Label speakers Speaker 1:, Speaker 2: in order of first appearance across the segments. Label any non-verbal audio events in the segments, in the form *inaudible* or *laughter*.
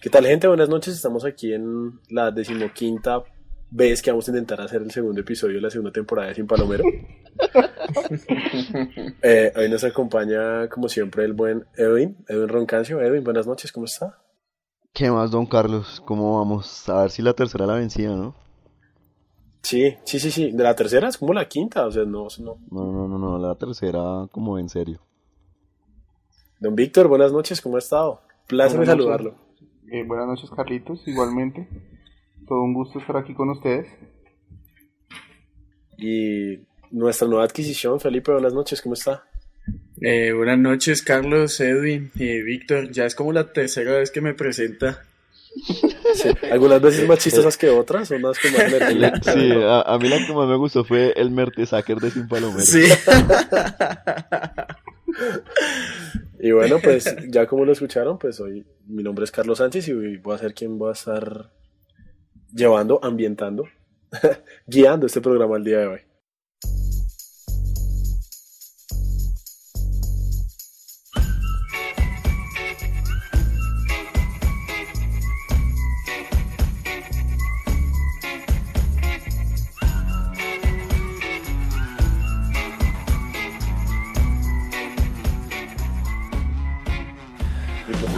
Speaker 1: ¿Qué tal, gente? Buenas noches. Estamos aquí en la decimoquinta vez que vamos a intentar hacer el segundo episodio de la segunda temporada de Sin Palomero. Eh, hoy nos acompaña, como siempre, el buen Edwin, Edwin Roncancio. Edwin, buenas noches, ¿cómo está?
Speaker 2: ¿Qué más, don Carlos? ¿Cómo vamos? A ver si la tercera la vencía, ¿no?
Speaker 1: Sí, sí, sí, sí. De la tercera es como la quinta, o sea, no. no.
Speaker 2: No, no, no, no, la tercera como en serio.
Speaker 1: Don Víctor, buenas noches, ¿cómo ha estado? Placer de
Speaker 3: Buenas noches.
Speaker 1: saludarlo.
Speaker 3: Eh, buenas noches, Carlitos, igualmente. Todo un gusto estar aquí con ustedes.
Speaker 1: Y nuestra nueva adquisición, Felipe, buenas noches, ¿cómo está?
Speaker 4: Eh, buenas noches, Carlos, Edwin y Víctor. Ya es como la tercera vez que me presenta.
Speaker 1: Sí, Algunas veces más chistosas que otras, son más como más energía,
Speaker 2: Sí, a, a mí la que más me gustó fue el Mertesacker de Sin Palomero. *laughs*
Speaker 4: Sí.
Speaker 1: Y bueno, pues ya como lo escucharon, pues hoy mi nombre es Carlos Sánchez y hoy voy a ser quien va a estar llevando, ambientando, *laughs* guiando este programa el día de hoy.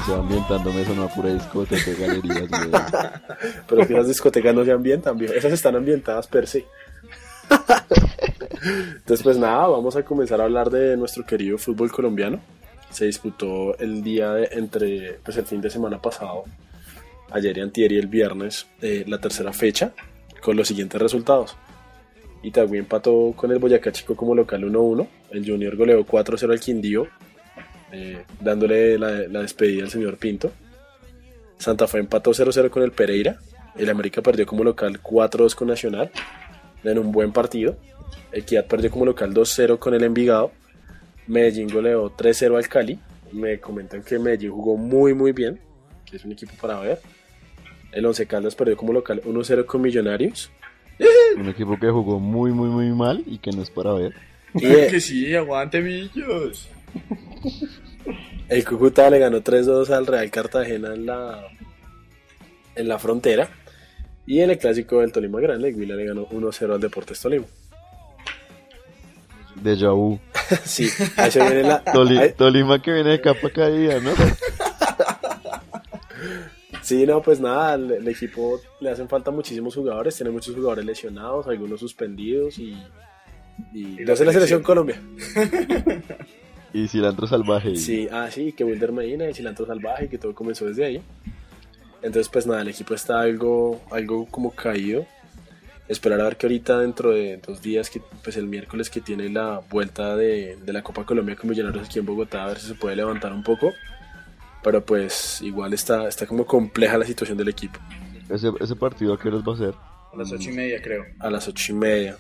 Speaker 2: Se va ambientándome, eso no apura discoteca, galerías, weón.
Speaker 1: Pero es que las discotecas no se ambientan, viejo. Esas están ambientadas per se. Entonces, pues nada, vamos a comenzar a hablar de nuestro querido fútbol colombiano. Se disputó el día de- entre, pues el fin de semana pasado, ayer y antier y el viernes, eh, la tercera fecha, con los siguientes resultados. Itagüí empató con el Boyacá Chico como local 1-1. El Junior goleó 4-0 al Quindío, eh, dándole la, la despedida al señor Pinto. Santa Fe empató 0-0 con el Pereira. El América perdió como local 4-2 con Nacional en un buen partido. Equidad perdió como local 2-0 con el Envigado. Medellín goleó 3-0 al Cali. Me comentan que Medellín jugó muy muy bien, que es un equipo para ver. El Once Caldas perdió como local 1-0 con Millonarios.
Speaker 2: Un equipo que jugó muy, muy, muy mal y que no es para ver.
Speaker 1: Y
Speaker 4: Claro
Speaker 1: eh,
Speaker 4: que sí, aguante, millos.
Speaker 1: el Cúcuta le ganó 3-2 al Real Cartagena en la, en la frontera. Y en el clásico del Tolima Grande, el Huila le ganó 1-0 al Deportes Tolima. *laughs*
Speaker 2: Deja vu.
Speaker 1: Sí, ahí se viene la.
Speaker 2: Toli-
Speaker 1: ahí-
Speaker 2: Tolima que viene de capa caída, ¿no?
Speaker 1: sí, no, pues nada, el, el equipo le hacen falta muchísimos jugadores, tiene muchos jugadores lesionados, algunos suspendidos y. Y,
Speaker 4: Y
Speaker 1: no
Speaker 4: la
Speaker 1: sé la selección
Speaker 4: selección.
Speaker 1: Colombia.
Speaker 2: Y cilantro salvaje.
Speaker 1: Sí, ah, sí, que Wilder Medina, el cilantro salvaje, que todo comenzó desde ahí. Entonces, pues nada, el equipo está algo, algo como caído. Esperar a ver que ahorita dentro de dos días, que, pues el miércoles que tiene la vuelta de, de la Copa Colombia con Millonarios aquí en Bogotá, a ver si se puede levantar un poco. Pero pues igual está, está como compleja la situación del equipo.
Speaker 2: Ese, ese partido a qué horas va a ser.
Speaker 4: A las ocho y media, creo.
Speaker 1: A las ocho y media,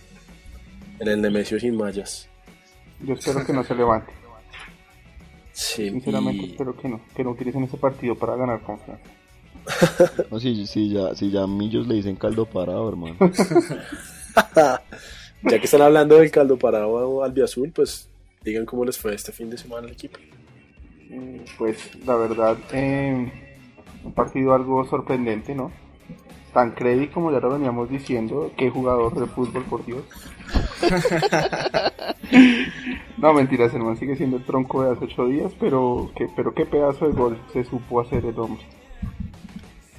Speaker 1: en el Nemesio sin mallas.
Speaker 3: Yo espero que no se levante.
Speaker 1: Sí,
Speaker 3: Sinceramente,
Speaker 1: y-
Speaker 3: espero que no. Que no utilicen ese partido para ganar confianza.
Speaker 2: No, si, si, ya, si ya a Millos le dicen caldo parado, hermano.
Speaker 1: ya que están hablando del caldo parado albiazul, pues digan cómo les fue este fin de semana al equipo.
Speaker 3: Eh, pues la verdad, eh, un partido algo sorprendente, ¿no? Tan credi como ya lo veníamos diciendo, qué jugador de fútbol, por Dios. *laughs* no, mentiras, hermano, sigue siendo el tronco de hace ocho días, pero qué, pero qué pedazo de gol se supo hacer el hombre.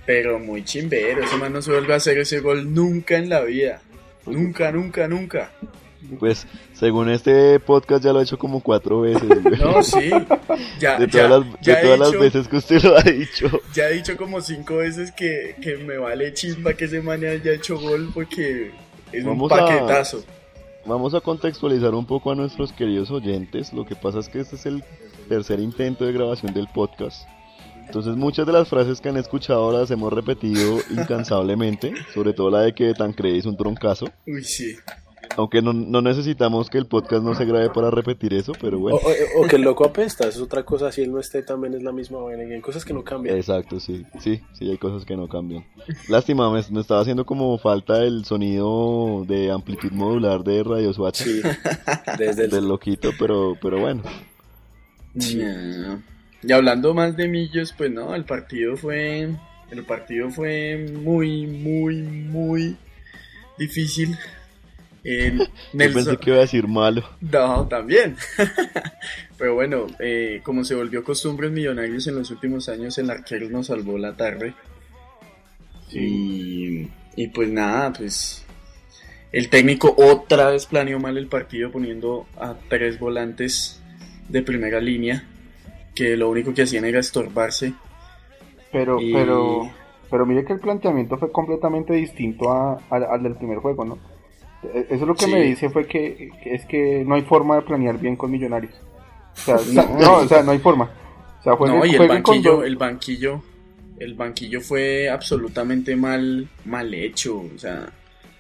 Speaker 4: Pero muy chimbero, ese man no se vuelve a hacer ese gol nunca en la vida.
Speaker 3: Pues
Speaker 4: Nunca, nunca,
Speaker 3: *laughs*
Speaker 4: nunca.
Speaker 2: Pues, según este podcast, ya lo ha hecho como cuatro veces,
Speaker 4: *laughs*
Speaker 2: güey.
Speaker 4: No, sí. Ya,
Speaker 2: De
Speaker 4: ya,
Speaker 2: todas, las, de
Speaker 4: ya he
Speaker 2: todas las
Speaker 4: dicho-
Speaker 2: veces que usted lo ha dicho.
Speaker 4: Ya he dicho como cinco veces que, que me vale chimba que ese man haya hecho gol porque es un
Speaker 2: Vamos a-
Speaker 4: paquetazo.
Speaker 2: Vamos a contextualizar un poco a nuestros queridos oyentes. Lo que pasa es que este es el tercer intento de grabación del podcast. Entonces muchas de las frases que han escuchado las
Speaker 4: *laughs*
Speaker 2: hemos repetido incansablemente, sobre todo la de que Tancredi es un troncazo.
Speaker 4: Uy, sí.
Speaker 2: Aunque no, no necesitamos que el podcast no se grabe para repetir eso, pero
Speaker 1: O,
Speaker 2: bueno.
Speaker 1: o- o que el loco apesta, eso es otra cosa, si él no esté también es la misma vaina, y hay cosas que no cambian.
Speaker 2: Exacto, sí, sí, sí, hay cosas que no cambian. Lástima, me, me estaba haciendo como falta el sonido de amplitud modular de Radio Swatch,
Speaker 1: Sí, desde
Speaker 2: del
Speaker 1: el...
Speaker 2: loquito, pero, pero bueno.
Speaker 1: Sí.
Speaker 4: No. Y hablando más de Millos, pues no, el partido fue El partido fue muy, muy, muy difícil. Eh,
Speaker 2: Yo
Speaker 4: Nelson-
Speaker 2: pensé que iba a decir malo.
Speaker 4: no, también. *laughs* Pero bueno, eh, como se volvió costumbre en Millonarios en los últimos años, el arquero nos salvó la tarde. Y, y pues nada, pues el técnico otra vez planeó mal el partido poniendo a tres volantes de primera línea que lo único que hacían era estorbarse.
Speaker 3: Pero,
Speaker 4: Y-
Speaker 3: pero, pero mire que el planteamiento fue completamente distinto a- al, al del primer juego, ¿no? E- Eso lo que
Speaker 4: Sí.
Speaker 3: me dice fue que, que es que no hay forma de planear bien con Millonarios. O sea, no, o sea, no hay forma. O sea, jueguen-
Speaker 4: No, y el
Speaker 3: jueguen con
Speaker 4: banquillo,
Speaker 3: dos-
Speaker 4: el banquillo, el banquillo fue absolutamente mal, mal hecho, o
Speaker 3: *laughs*
Speaker 4: sea,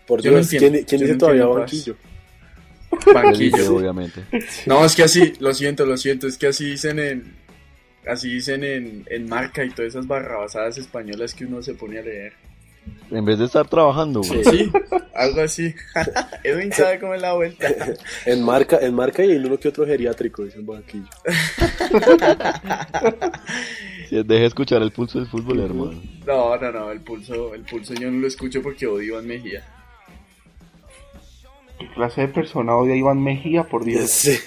Speaker 1: Por
Speaker 4: Yo no
Speaker 1: Dios,
Speaker 4: entiendo.
Speaker 1: ¿quién, quién
Speaker 4: Yo
Speaker 1: dice
Speaker 4: no
Speaker 1: todavía
Speaker 4: entiendo,
Speaker 1: banquillo?
Speaker 2: Felipe,
Speaker 4: banquillo.
Speaker 2: obviamente.
Speaker 4: No, es que así, lo siento, lo siento, es que así dicen en, así dicen en, en marca y todas esas barrabasadas españolas que uno se pone a leer.
Speaker 2: En vez de estar trabajando, güey.
Speaker 4: Sí, algo así. *laughs* Edwin sabe cómo es la vuelta.
Speaker 1: En marca, en marca y en uno que otro geriátrico, dicen banquillo.
Speaker 2: Deja escuchar el pulso del fútbol, hermano.
Speaker 4: No, no, no, el pulso, el pulso yo no lo escucho porque odio a Iván Mejía.
Speaker 3: ¿Qué clase de persona odia a Iván Mejía, por Dios?
Speaker 1: Sí.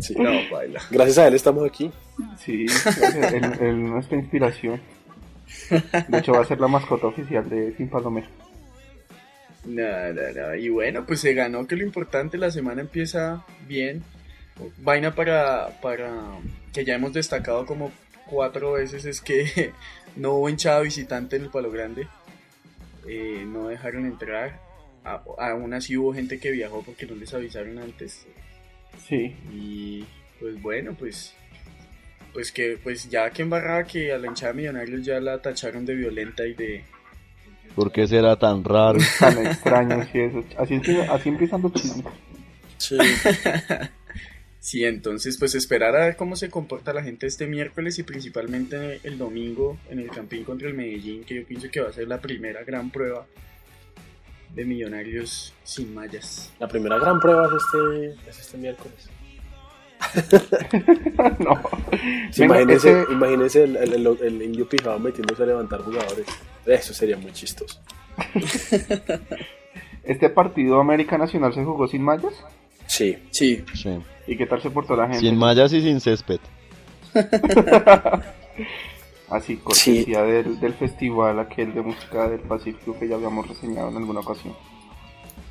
Speaker 1: Sí.
Speaker 4: No, baila.
Speaker 1: Gracias a él estamos aquí.
Speaker 3: Sí, él, él es nuestra inspiración. De hecho, va a ser la mascota oficial de Sin Palomero.
Speaker 4: No, no, no. Y bueno, pues se ganó, que lo importante, la semana empieza bien. Vaina para, para que ya hemos destacado como cuatro veces es que *laughs* no hubo hinchada visitante en el Palo Grande. Eh, no dejaron entrar. A- aún así hubo gente que viajó porque no les avisaron antes.
Speaker 3: Sí,
Speaker 4: Y pues bueno, pues pues que pues ya que embarraba que a la hinchada de Millonarios ya la tacharon de violenta y de
Speaker 2: ¿Por qué será tan raro?
Speaker 3: tan extraño, sí, eso. Así, empieza- así empiezan los chismes. *laughs*
Speaker 1: Sí.
Speaker 4: Sí, entonces pues esperar a ver cómo se comporta la gente este miércoles y principalmente el domingo en el Campín contra el Medellín, que yo pienso que va a ser la primera gran prueba de Millonarios sin mallas.
Speaker 1: La primera gran prueba es este, es este miércoles.
Speaker 3: no.
Speaker 1: Sí,
Speaker 3: Venga,
Speaker 1: imagínense
Speaker 3: ese-
Speaker 1: imagínense el, el, el- el indio pijado metiéndose a levantar jugadores. Eso sería muy chistoso.
Speaker 3: Este partido América Nacional se jugó sin mallas.
Speaker 1: Sí.
Speaker 4: Sí,
Speaker 2: Sí.
Speaker 3: ¿Y qué tal se portó la gente?
Speaker 2: Sin mallas y sin césped.
Speaker 3: Así, cortesía del, del festival aquel de música del Pacífico que ya habíamos reseñado en alguna ocasión.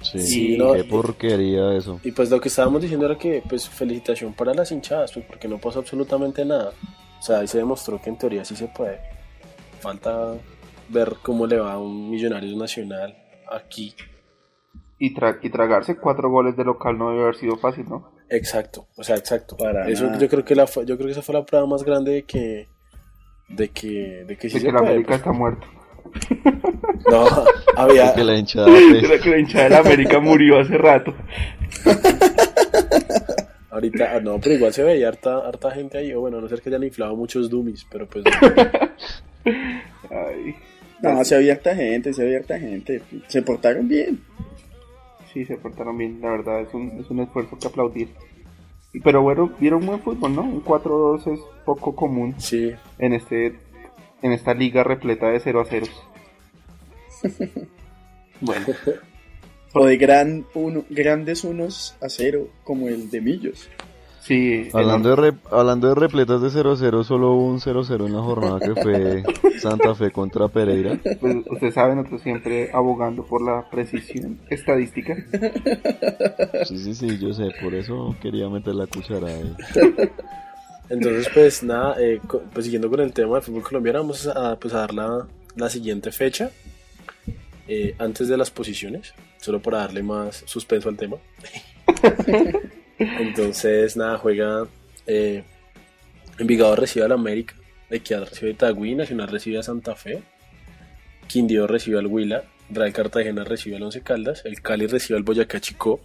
Speaker 2: Sí,
Speaker 1: Sí,
Speaker 2: qué
Speaker 1: no.
Speaker 2: porquería eso.
Speaker 1: Y pues lo que estábamos diciendo era que, pues, felicitación para las hinchadas, pues, porque no pasó absolutamente nada. O sea, ahí se demostró que en teoría sí se puede. Falta ver cómo le va a un millonario nacional aquí.
Speaker 3: Y, tra- y tragarse cuatro goles de local no debe haber sido fácil, ¿no?
Speaker 1: Exacto, o sea, exacto.
Speaker 4: Para
Speaker 1: Eso
Speaker 4: nada.
Speaker 1: yo creo que la fue- yo creo que esa fue la prueba más grande de que de que de que sí
Speaker 3: De
Speaker 1: se
Speaker 3: que la
Speaker 1: puede,
Speaker 3: América
Speaker 1: pues.
Speaker 3: está muerta.
Speaker 1: No, *laughs* había
Speaker 2: Que la hinchada pues, peste.
Speaker 3: que la hinchada de la América murió hace rato.
Speaker 1: ahorita ah, no, pero igual se veía harta harta gente ahí, o bueno, a no ser que hayan inflado muchos dummies, pero pues no.
Speaker 3: Ay,
Speaker 4: no, se abierta gente, se abierta gente, se portaron bien.
Speaker 3: sí, se portaron bien, la verdad, es un, es un esfuerzo que aplaudir. Y- Pero bueno, vieron buen fútbol, ¿no? Un 4-2 es poco común
Speaker 1: sí,
Speaker 3: en este en esta liga repleta de 0 a 0. bueno,
Speaker 4: O de gran uno, grandes unos a cero, como el de Millos.
Speaker 3: sí,
Speaker 2: Hablando de, rep- hablando de repletas de 0-0, solo hubo un 0-0 en la jornada que fue Santa Fe contra Pereira.
Speaker 3: Pues, ustedes saben, nosotros siempre abogando por la precisión estadística.
Speaker 2: Sí, sí, sí, yo sé, por eso quería meter la cuchara ahí.
Speaker 1: Entonces, pues nada, eh, co- pues siguiendo con el tema del fútbol colombiano, vamos a, pues, a dar la, la siguiente fecha eh, antes de las posiciones, solo para darle más suspenso al tema. Entonces, nada, juega eh, Envigado recibe al América, Equidad recibe a Itagüí, Nacional recibe a Santa Fe, Quindío recibe al Huila, Real Cartagena recibe al Once Caldas, el Cali recibe al Boyacá Chicó,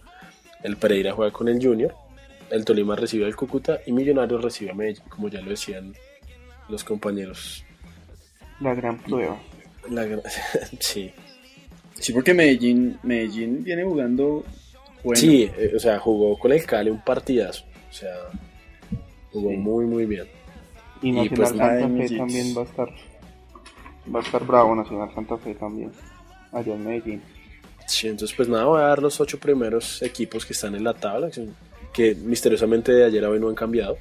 Speaker 1: el Pereira juega con el Junior, el Tolima recibe al Cúcuta y Millonarios recibe a Medellín, como ya lo decían los compañeros.
Speaker 3: La gran prueba.
Speaker 1: La gra- *laughs* sí,
Speaker 4: Sí, porque Medellín, Medellín viene jugando bueno.
Speaker 1: sí eh, o sea, jugó con el Cali un partidazo. O sea, jugó
Speaker 3: Sí.
Speaker 1: muy, muy bien.
Speaker 3: Y
Speaker 1: Y
Speaker 3: Nacional
Speaker 1: pues,
Speaker 3: Santa
Speaker 4: ay,
Speaker 3: Fe
Speaker 4: mis hijos.
Speaker 3: también va a estar Va a estar bravo Nacional Santa Fe también. Allá en Medellín.
Speaker 1: Sí, entonces pues nada, voy a dar los ocho primeros equipos que están en la tabla, que, que misteriosamente de ayer a hoy no han cambiado.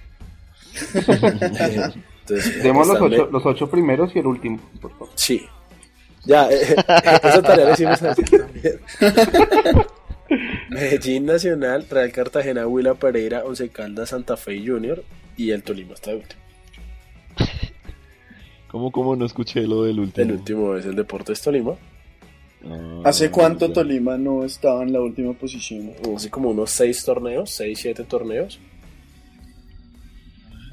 Speaker 1: Eh, entonces,
Speaker 3: Demos los
Speaker 1: están
Speaker 3: ocho,
Speaker 1: Me-
Speaker 3: los ocho primeros y el último, por favor.
Speaker 1: Sí. Ya, eh, *laughs* esa tarea la hicimos ayer
Speaker 4: *laughs*
Speaker 1: también. Medellín Nacional, Real Cartagena, Huila Pereira, Once Caldas, Santa Fe Junior y el Tolima está de último.
Speaker 2: ¿Cómo, cómo no escuché lo del último?
Speaker 1: El último es el Deportes Tolima,
Speaker 2: Ah,
Speaker 4: ¿Hace cuánto
Speaker 2: ya.
Speaker 4: Tolima no estaba en la última posición?
Speaker 1: así como unos seis torneos, seis, siete torneos.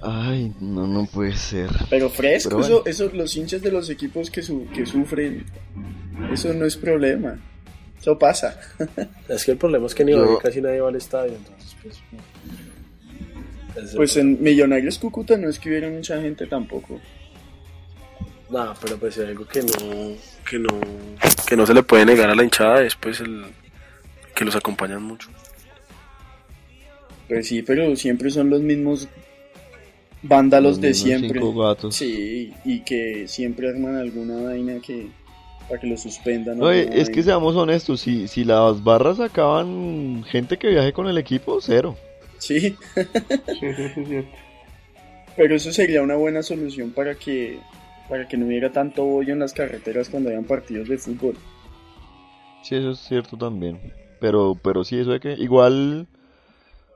Speaker 2: Ay, no, no puede ser.
Speaker 4: Pero fresco,
Speaker 2: Pero bueno.
Speaker 4: eso, eso, los hinchas de los equipos que, su- que sufren, eso no es problema. Eso pasa.
Speaker 1: Es que el problema es que ni
Speaker 2: Yo-
Speaker 1: hoy casi nadie va al estadio, entonces pues... es-
Speaker 4: Pues en Millonarios Cúcuta no es que hubiera mucha gente tampoco.
Speaker 1: Nada, pero pues si hay algo que no, que no, que no se le puede negar a la hinchada es pues el que los acompañan mucho.
Speaker 4: Pues sí, pero siempre son los mismos vándalos de
Speaker 2: mismos
Speaker 4: siempre.
Speaker 2: Cinco gatos.
Speaker 4: Sí, y que siempre arman alguna vaina que para que lo suspendan.
Speaker 2: No, eh,
Speaker 4: alguna
Speaker 2: es que
Speaker 4: vaina.
Speaker 2: seamos honestos, si, si las barras acaban gente que viaje con el equipo, cero.
Speaker 4: Sí,
Speaker 3: Sí, eso sí es cierto.
Speaker 4: pero eso sería una buena solución para que para que no hubiera tanto hoyo en las carreteras cuando hayan partidos de fútbol.
Speaker 2: Sí, eso es cierto también. Pero, pero sí, eso de que igual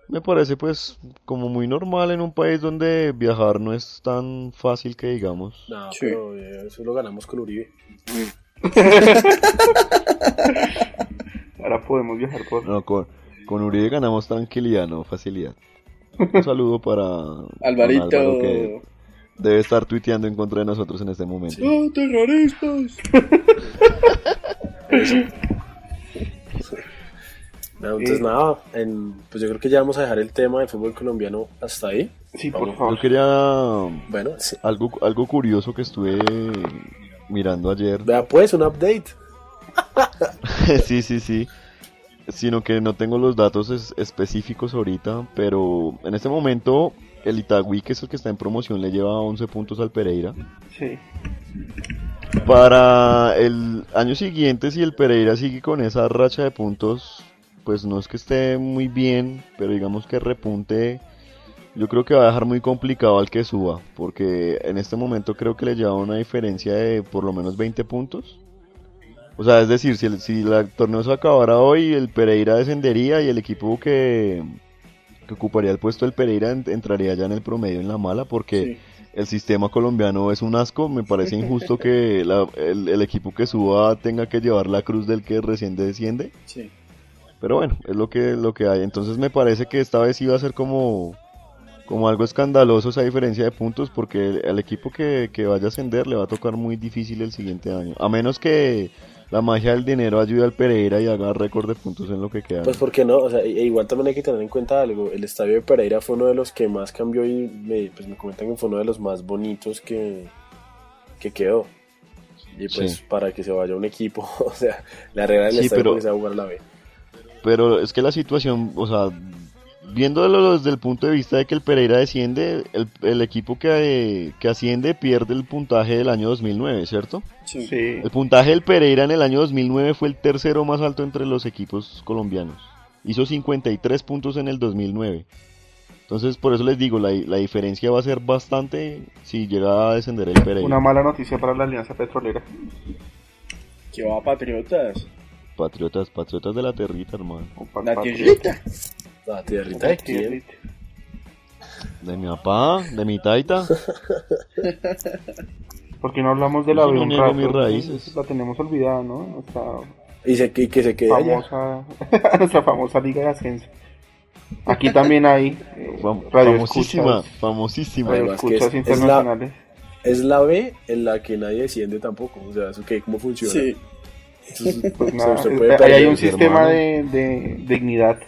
Speaker 2: me parece pues como muy normal en un país donde viajar no es tan fácil que digamos.
Speaker 1: Nada,
Speaker 4: Sí.
Speaker 1: pero eh, eso lo ganamos con Uribe.
Speaker 3: Ahora podemos viajar por.
Speaker 2: No, con, con Uribe ganamos tranquilidad, no facilidad. Un saludo para don
Speaker 4: Alvarito.
Speaker 2: Álvaro, que debe estar tuiteando en contra de nosotros en este momento.
Speaker 4: ¡Oh, terroristas!
Speaker 1: No, entonces
Speaker 3: Sí.
Speaker 1: nada, en- pues yo creo que ya vamos a dejar el tema del fútbol colombiano hasta ahí.
Speaker 3: Sí, por
Speaker 1: Vamos.
Speaker 2: Yo
Speaker 3: favor.
Speaker 2: quería
Speaker 1: Bueno, sí.
Speaker 2: algo, algo curioso que estuve mirando ayer.
Speaker 1: vea pues un update.
Speaker 2: *laughs* Sí, sí, sí. Sino que no tengo los datos es- específicos ahorita, pero en este momento el Itagüí, que es el que está en promoción, le lleva 11 puntos al Pereira.
Speaker 3: Sí.
Speaker 2: Para el año siguiente, si el Pereira sigue con esa racha de puntos, pues no es que esté muy bien, pero digamos que repunte, yo creo que va a dejar muy complicado al que suba, porque en este momento creo que le lleva una diferencia de por lo menos 20 puntos. O sea, es decir, si el, si la- el torneo se acabara hoy, el Pereira descendería y el equipo que, que ocuparía el puesto del Pereira en- entraría ya en el promedio en la mala, porque
Speaker 4: Sí.
Speaker 2: el sistema colombiano es un asco. Me parece injusto que la- el, el equipo que suba tenga que llevar la cruz del que recién desciende.
Speaker 4: Sí.
Speaker 2: Pero bueno, es lo que, lo que hay. Entonces me parece que esta vez iba a ser como, como algo escandaloso esa diferencia de puntos porque el, el equipo que, que vaya a ascender le va a tocar muy difícil el siguiente año. A menos que la magia del dinero ayude al Pereira y haga récord de puntos en lo que queda.
Speaker 1: Pues porque no, o sea, e- e igual también hay que tener en cuenta algo. El estadio de Pereira fue uno de los que más cambió y me, pues me comentan que fue uno de los más bonitos que, que quedó. Y pues
Speaker 2: Sí.
Speaker 1: para que se vaya un equipo, *laughs* o sea, la regla del
Speaker 2: Sí,
Speaker 1: estadio
Speaker 2: pero-
Speaker 1: porque se va a jugar la B.
Speaker 2: Pero es que la situación, o sea, viéndolo desde el punto de vista de que el Pereira desciende, el, el equipo que, eh, que asciende pierde el puntaje del año 2009, ¿cierto?
Speaker 4: Sí.
Speaker 3: Sí.
Speaker 2: El puntaje del Pereira en el año 2009 fue el tercero más alto entre los equipos colombianos. Hizo 53 puntos en el 2009. Entonces, por eso les digo, la, la diferencia va a ser bastante si llega a descender el Pereira.
Speaker 3: Una mala noticia para la Alianza Petrolera.
Speaker 4: Que va Patriotas.
Speaker 2: Patriotas, patriotas de la territa, hermano.
Speaker 3: O pa-
Speaker 4: La
Speaker 3: pa-
Speaker 4: tierrita.
Speaker 1: La tierrita de quién.
Speaker 2: De mi papá, de mi taita.
Speaker 3: ¿Por qué no hablamos del
Speaker 2: Yo
Speaker 3: avión?
Speaker 2: no niego
Speaker 3: rato?
Speaker 2: mis raíces.
Speaker 3: La tenemos olvidada, ¿no? Nuestra
Speaker 1: Y, se, y que se quede allá.
Speaker 3: famosa, *laughs* nuestra famosa Liga de Ascenso. Aquí también hay
Speaker 2: *laughs*
Speaker 3: eh,
Speaker 2: Fam- famosísima,
Speaker 3: radioescuchas,
Speaker 2: famosísima.
Speaker 1: Además que
Speaker 3: radioescuchas
Speaker 1: es- es la-
Speaker 3: internacionales.
Speaker 1: Es la B en la que nadie desciende tampoco. O sea, eso que cómo funciona.
Speaker 4: Sí.
Speaker 3: *laughs*
Speaker 1: Entonces,
Speaker 3: Pues
Speaker 1: se-
Speaker 3: nada,
Speaker 1: se
Speaker 3: es-
Speaker 1: puede
Speaker 3: ahí hay
Speaker 1: perder.
Speaker 3: un
Speaker 2: sí,
Speaker 3: sistema
Speaker 2: hermano.
Speaker 3: de, de dignidad.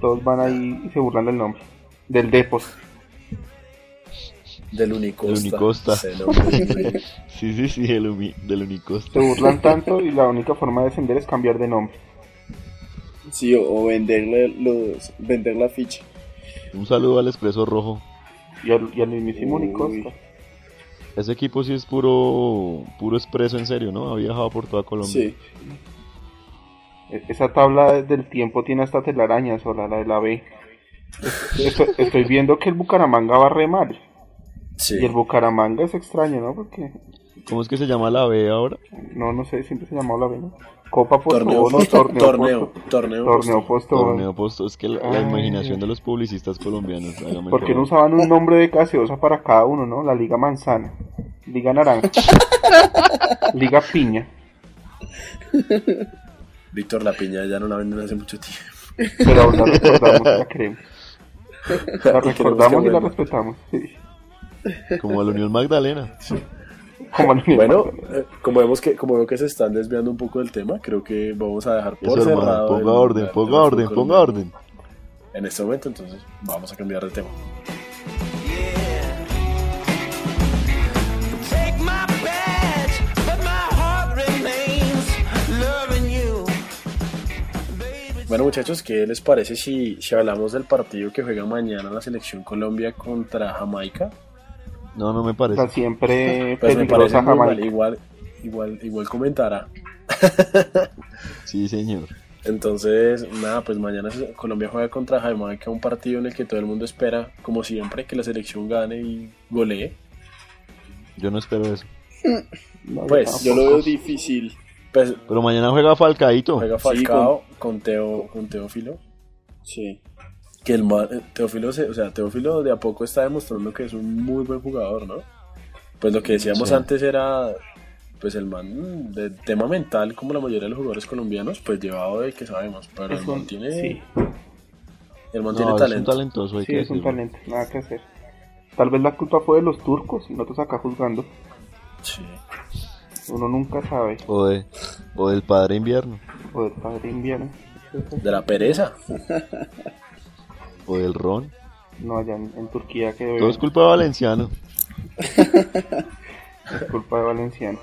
Speaker 3: Todos van ahí y se burlan del nombre. Del Depos.
Speaker 1: Del Unicosta.
Speaker 2: Del Unicosta.
Speaker 1: Ese nombre, sí.
Speaker 2: Sí, sí, sí, el umi- del Unicosta.
Speaker 1: *laughs*
Speaker 3: Se burlan tanto y la única forma de descender es cambiar de nombre.
Speaker 4: Sí, o, o venderle los, vender la ficha.
Speaker 2: Un saludo al Expreso Rojo.
Speaker 3: Y al, y al mismísimo
Speaker 4: Uy.
Speaker 3: Unicosta.
Speaker 2: Ese equipo sí es puro, puro expreso en serio, ¿no? Ha viajado por toda Colombia.
Speaker 3: Sí. E- Esa tabla del tiempo tiene hasta telarañas, o la, la de la B. Estoy, estoy viendo que el Bucaramanga va re mal.
Speaker 1: Sí.
Speaker 3: Y el Bucaramanga es extraño, ¿no? Porque
Speaker 2: ¿Cómo es que se llama la B ahora?
Speaker 3: no, no sé, siempre se llamó la B, ¿no? Copa
Speaker 1: Torneo,
Speaker 3: Postobón, no,
Speaker 1: Fausto-
Speaker 3: torneo,
Speaker 1: torneo,
Speaker 3: Posto-
Speaker 1: torneo,
Speaker 3: torneo Postobón.
Speaker 2: Torneo Posto. Es que la, la
Speaker 3: Ay.
Speaker 2: imaginación de los publicistas colombianos. hágame
Speaker 3: Ah. ¿Por qué no
Speaker 2: favor.
Speaker 3: usaban un nombre de gaseosa para cada uno, no? La Liga Manzana,
Speaker 1: *laughs*
Speaker 3: Liga Naranja, Liga Piña.
Speaker 1: Víctor La Piña ya no la venden hace mucho tiempo.
Speaker 3: Pero aún la recordamos y la queremos. *laughs* La
Speaker 1: Y queremos que
Speaker 3: recordamos y la
Speaker 1: vuelva.
Speaker 3: *laughs* respetamos. sí.
Speaker 2: Como a la
Speaker 1: *laughs*
Speaker 2: Unión Magdalena.
Speaker 3: Como la
Speaker 1: Bueno,
Speaker 3: misma.
Speaker 1: eh, como vemos que como veo que se están desviando un poco del tema, creo que vamos a dejar por
Speaker 2: Eso, hermano.
Speaker 1: cerrado el-
Speaker 2: Ponga orden,
Speaker 1: el
Speaker 2: ponga
Speaker 1: fútbol
Speaker 2: orden, ponga
Speaker 1: colombiano
Speaker 2: orden.
Speaker 1: En este momento, entonces vamos a cambiar de tema.
Speaker 5: Take my badge, but my heart remains loving you. Baby,
Speaker 1: Bueno, muchachos, ¿qué les parece si, si hablamos del partido que juega mañana la selección Colombia contra Jamaica?
Speaker 2: No, no me
Speaker 3: Está
Speaker 2: parece.
Speaker 3: siempre
Speaker 1: Pues me parece
Speaker 3: peligrosa
Speaker 1: muy mal,
Speaker 3: Jamaica.
Speaker 1: igual, igual, igual comentará.
Speaker 2: Sí, señor.
Speaker 1: Entonces, nada, pues mañana se- Colombia juega contra Jamaica, un partido en el que todo el mundo espera, como siempre, que la selección gane y golee.
Speaker 2: Yo no espero eso.
Speaker 3: No,
Speaker 1: Pues,
Speaker 4: Yo lo veo difícil.
Speaker 1: Pues
Speaker 2: Pero mañana juega Falcaíto.
Speaker 1: juega Falcao con, Teo, con Teófilo,
Speaker 4: Sí.
Speaker 1: que el ma- eh, Teófilo, se- o sea, Teófilo de a poco está demostrando que es un muy buen jugador, ¿no? Pues lo que decíamos
Speaker 2: Sí.
Speaker 1: antes era, pues el man mm, de tema mental, como la mayoría de los jugadores colombianos, pues llevado de que sabemos, pero
Speaker 3: Es
Speaker 1: el man
Speaker 3: un-
Speaker 1: tiene,
Speaker 3: sí.
Speaker 1: el man
Speaker 2: No,
Speaker 1: tiene
Speaker 2: es un
Speaker 1: talento.
Speaker 2: talentoso, hay
Speaker 3: Sí,
Speaker 2: que
Speaker 3: es un
Speaker 2: decirlo.
Speaker 3: talento, nada que hacer. Tal vez la culpa fue de los turcos y nosotros acá juzgando.
Speaker 1: Sí.
Speaker 3: Uno nunca sabe.
Speaker 2: O, de- o del padre invierno.
Speaker 3: O del padre invierno.
Speaker 1: De la pereza.
Speaker 2: O del ron.
Speaker 3: No, allá en, en Turquía que
Speaker 2: Todo
Speaker 3: beben,
Speaker 2: es culpa de Valenciano.
Speaker 3: es culpa de Valenciano.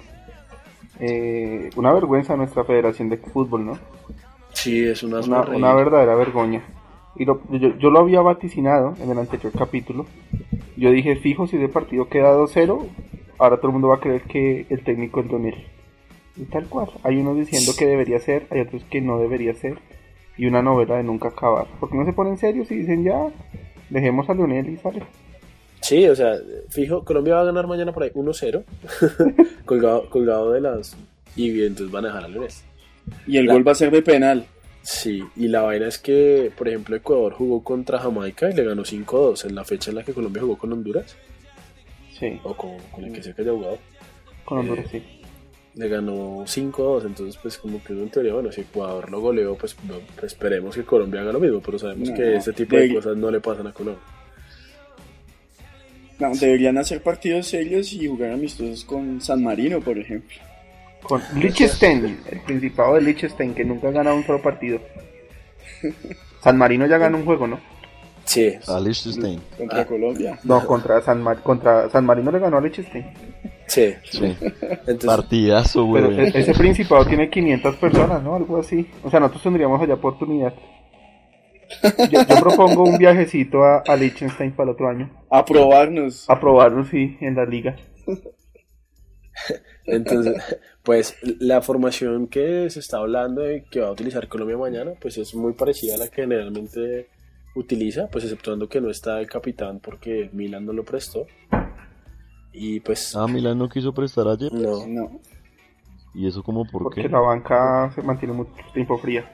Speaker 3: Eh, una vergüenza nuestra federación de fútbol, ¿no?
Speaker 1: Sí, es una,
Speaker 3: una,
Speaker 1: reír.
Speaker 3: una verdadera vergüenza. Y lo- yo, yo lo había vaticinado en el anterior capítulo. Yo dije, fijo, si ese partido queda 2-0, ahora todo el mundo va a creer que el técnico es Donel. Y tal cual. Hay unos diciendo que debería ser, hay otros que no debería ser. Y una novela de nunca acabar. Porque no se ponen serios y dicen, ya, dejemos a Leonel y sale.
Speaker 1: Sí, o sea, fijo, Colombia va a ganar mañana por ahí 1-0, *laughs* colgado, colgado de las... Y bien, entonces van a dejar a Leonel.
Speaker 4: Y el
Speaker 1: La-
Speaker 4: gol va a ser de penal.
Speaker 1: Sí, y la vaina es que, por ejemplo, Ecuador jugó contra Jamaica y le ganó 5-2 en la fecha en la que Colombia jugó con Honduras,
Speaker 3: Sí, Eh,
Speaker 1: o con, con el que sea que haya jugado,
Speaker 3: con Honduras sí.
Speaker 1: le ganó 5-2, entonces pues como que uno en teoría, bueno, si Ecuador lo goleó, pues no, pues, esperemos que Colombia haga lo mismo, pero sabemos
Speaker 4: No,
Speaker 1: que ese tipo de
Speaker 4: de-
Speaker 1: cosas no le pasan a Colombia.
Speaker 4: No, deberían hacer partidos serios y jugar amistosos con San Marino, por ejemplo.
Speaker 3: Con Liechtenstein, el principado de Liechtenstein, que nunca ha ganado un solo partido. San Marino ya ganó un juego, ¿no?
Speaker 1: Sí,
Speaker 2: A Liechtenstein.
Speaker 4: Contra
Speaker 1: Ah.
Speaker 4: Colombia.
Speaker 3: No, contra San, Mar- contra San Marino le ganó a Liechtenstein.
Speaker 1: sí,
Speaker 2: Sí.
Speaker 1: entonces...
Speaker 2: Partidazo, güey.
Speaker 3: Pero e- ese principado tiene 500 personas, ¿no? Algo así. O sea, nosotros tendríamos allá oportunidad. Yo, yo propongo un viajecito a, a Liechtenstein para el otro año.
Speaker 4: A probarnos.
Speaker 3: A probarlo, sí, en la liga.
Speaker 1: Entonces, pues la formación que se está hablando de que va a utilizar Colombia mañana, pues es muy parecida a la que generalmente utiliza, pues exceptuando que no está el capitán porque Milan no lo prestó. Y pues
Speaker 2: Ah, Milán no quiso prestar ayer.
Speaker 1: no,
Speaker 4: No.
Speaker 2: ¿Y eso como por
Speaker 3: Mm. Porque
Speaker 2: qué?
Speaker 3: la banca se mantiene mucho tiempo fría.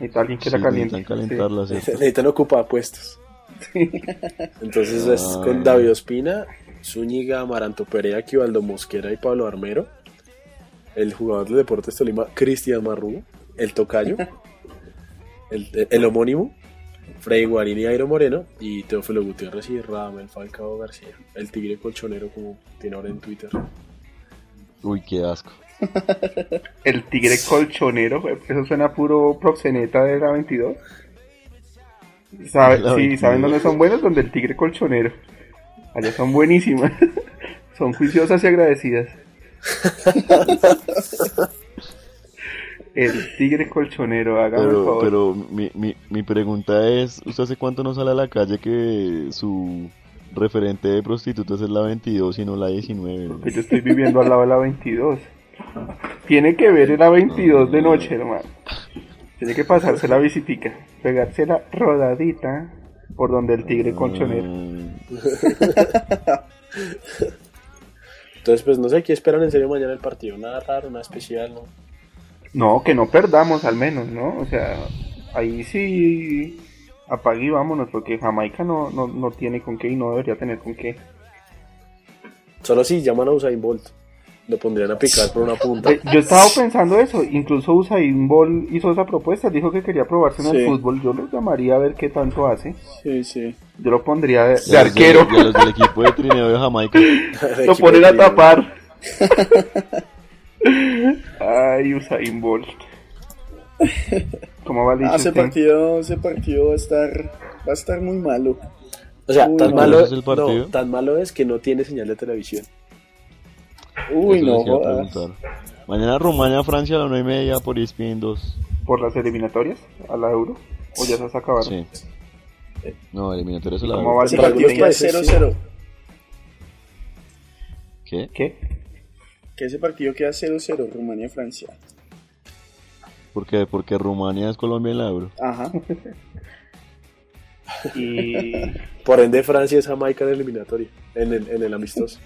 Speaker 3: Necesita alguien que
Speaker 2: Sí,
Speaker 3: la caliente.
Speaker 2: necesitan calentarla,
Speaker 1: *laughs*
Speaker 2: ¿cierto?
Speaker 1: necesitan ocupar puestos. Entonces es con
Speaker 2: Ah.
Speaker 1: David Ospina, Zúñiga, Amaranto Perea, Quivaldo Mosquera y Pablo Armero, el jugador de Deportes Tolima, Cristian Marrugo, el tocayo, el, el homónimo, Freddy Guarini y Airo Moreno, y Teófilo Gutiérrez y Ramel Falcao García, el tigre colchonero como tiene ahora en Twitter.
Speaker 2: Uy, qué asco.
Speaker 3: sí. El tigre colchonero, güey, eso suena a puro proxeneta de la 22. ¿Sabe,
Speaker 2: La
Speaker 3: sí,
Speaker 2: 22.
Speaker 3: ¿saben dónde son buenos? Donde el tigre colchonero. Allá son buenísimas. *laughs* son juiciosas
Speaker 2: *laughs*
Speaker 3: y agradecidas. el tigre colchonero, hágame el
Speaker 2: Pero,
Speaker 3: favor.
Speaker 2: pero mi, mi, mi pregunta es, ¿usted hace cuánto no sale a la calle que su referente de prostitutas es la 22 y no la 19. ¿no?
Speaker 3: Que yo estoy viviendo al lado de la 22. Tiene que ver la 22 de noche, hermano. Tiene que
Speaker 2: *laughs*
Speaker 3: pasarse la visitica, pegarse la rodadita por donde el tigre
Speaker 2: Ah,
Speaker 3: conchonero.
Speaker 2: Mm,
Speaker 1: Entonces, pues no sé qué esperan en serio mañana el partido. Nada raro, nada especial, ¿no?
Speaker 3: No, que no perdamos al menos, ¿no? O sea, ahí sí apague y vámonos, porque Jamaica no, no, no tiene con qué y no debería tener con qué.
Speaker 1: Solo si llaman a Usain Bolt. Lo pondrían a picar por una
Speaker 3: *laughs*
Speaker 1: punta.
Speaker 3: Eh, Yo estaba pensando eso, incluso Usain Bolt hizo esa propuesta, dijo que quería probarse en el
Speaker 1: Sí.
Speaker 3: fútbol, yo lo llamaría a ver qué tanto hace,
Speaker 1: Sí, sí.
Speaker 3: yo lo pondría de, de
Speaker 2: ya los
Speaker 3: arquero,
Speaker 2: del- ya los del equipo de Trinidad de
Speaker 3: *laughs*
Speaker 2: Jamaica.
Speaker 3: lo ponen a tapar. Ay, Usain Bolt. ¿Cómo
Speaker 4: *laughs*
Speaker 3: va
Speaker 4: Ah, ese
Speaker 3: Liechtenstein?
Speaker 4: partido, ese partido va a estar, va a estar muy malo.
Speaker 1: O sea,
Speaker 4: Uy,
Speaker 1: tan,
Speaker 4: no.
Speaker 1: malo,
Speaker 2: ¿Ese es el partido?
Speaker 1: no, tan malo es que no tiene señal de televisión.
Speaker 4: Uy,
Speaker 2: Eso
Speaker 4: no
Speaker 2: les iba a
Speaker 4: jodas.
Speaker 2: preguntar. Mañana Rumania, Francia a las 9 y media por E ESPN 2.
Speaker 3: ¿Por las eliminatorias a la Euro? ¿O ya se acabaron?
Speaker 2: Sí. No, eliminatorias a la
Speaker 3: ¿Cómo va el
Speaker 1: Sí,
Speaker 4: Ese
Speaker 1: para
Speaker 4: partido
Speaker 1: algunos
Speaker 4: queda
Speaker 1: países,
Speaker 4: 0-0.
Speaker 2: ¿Qué?
Speaker 3: ¿Qué?
Speaker 4: Que ese partido queda 0-0, Rumania-Francia.
Speaker 2: ¿Por qué? Porque Rumania es Colombia en la Euro.
Speaker 4: Ajá.
Speaker 3: Y
Speaker 1: Por ende, Francia es Jamaica en el eliminatorio, en el, en el amistoso.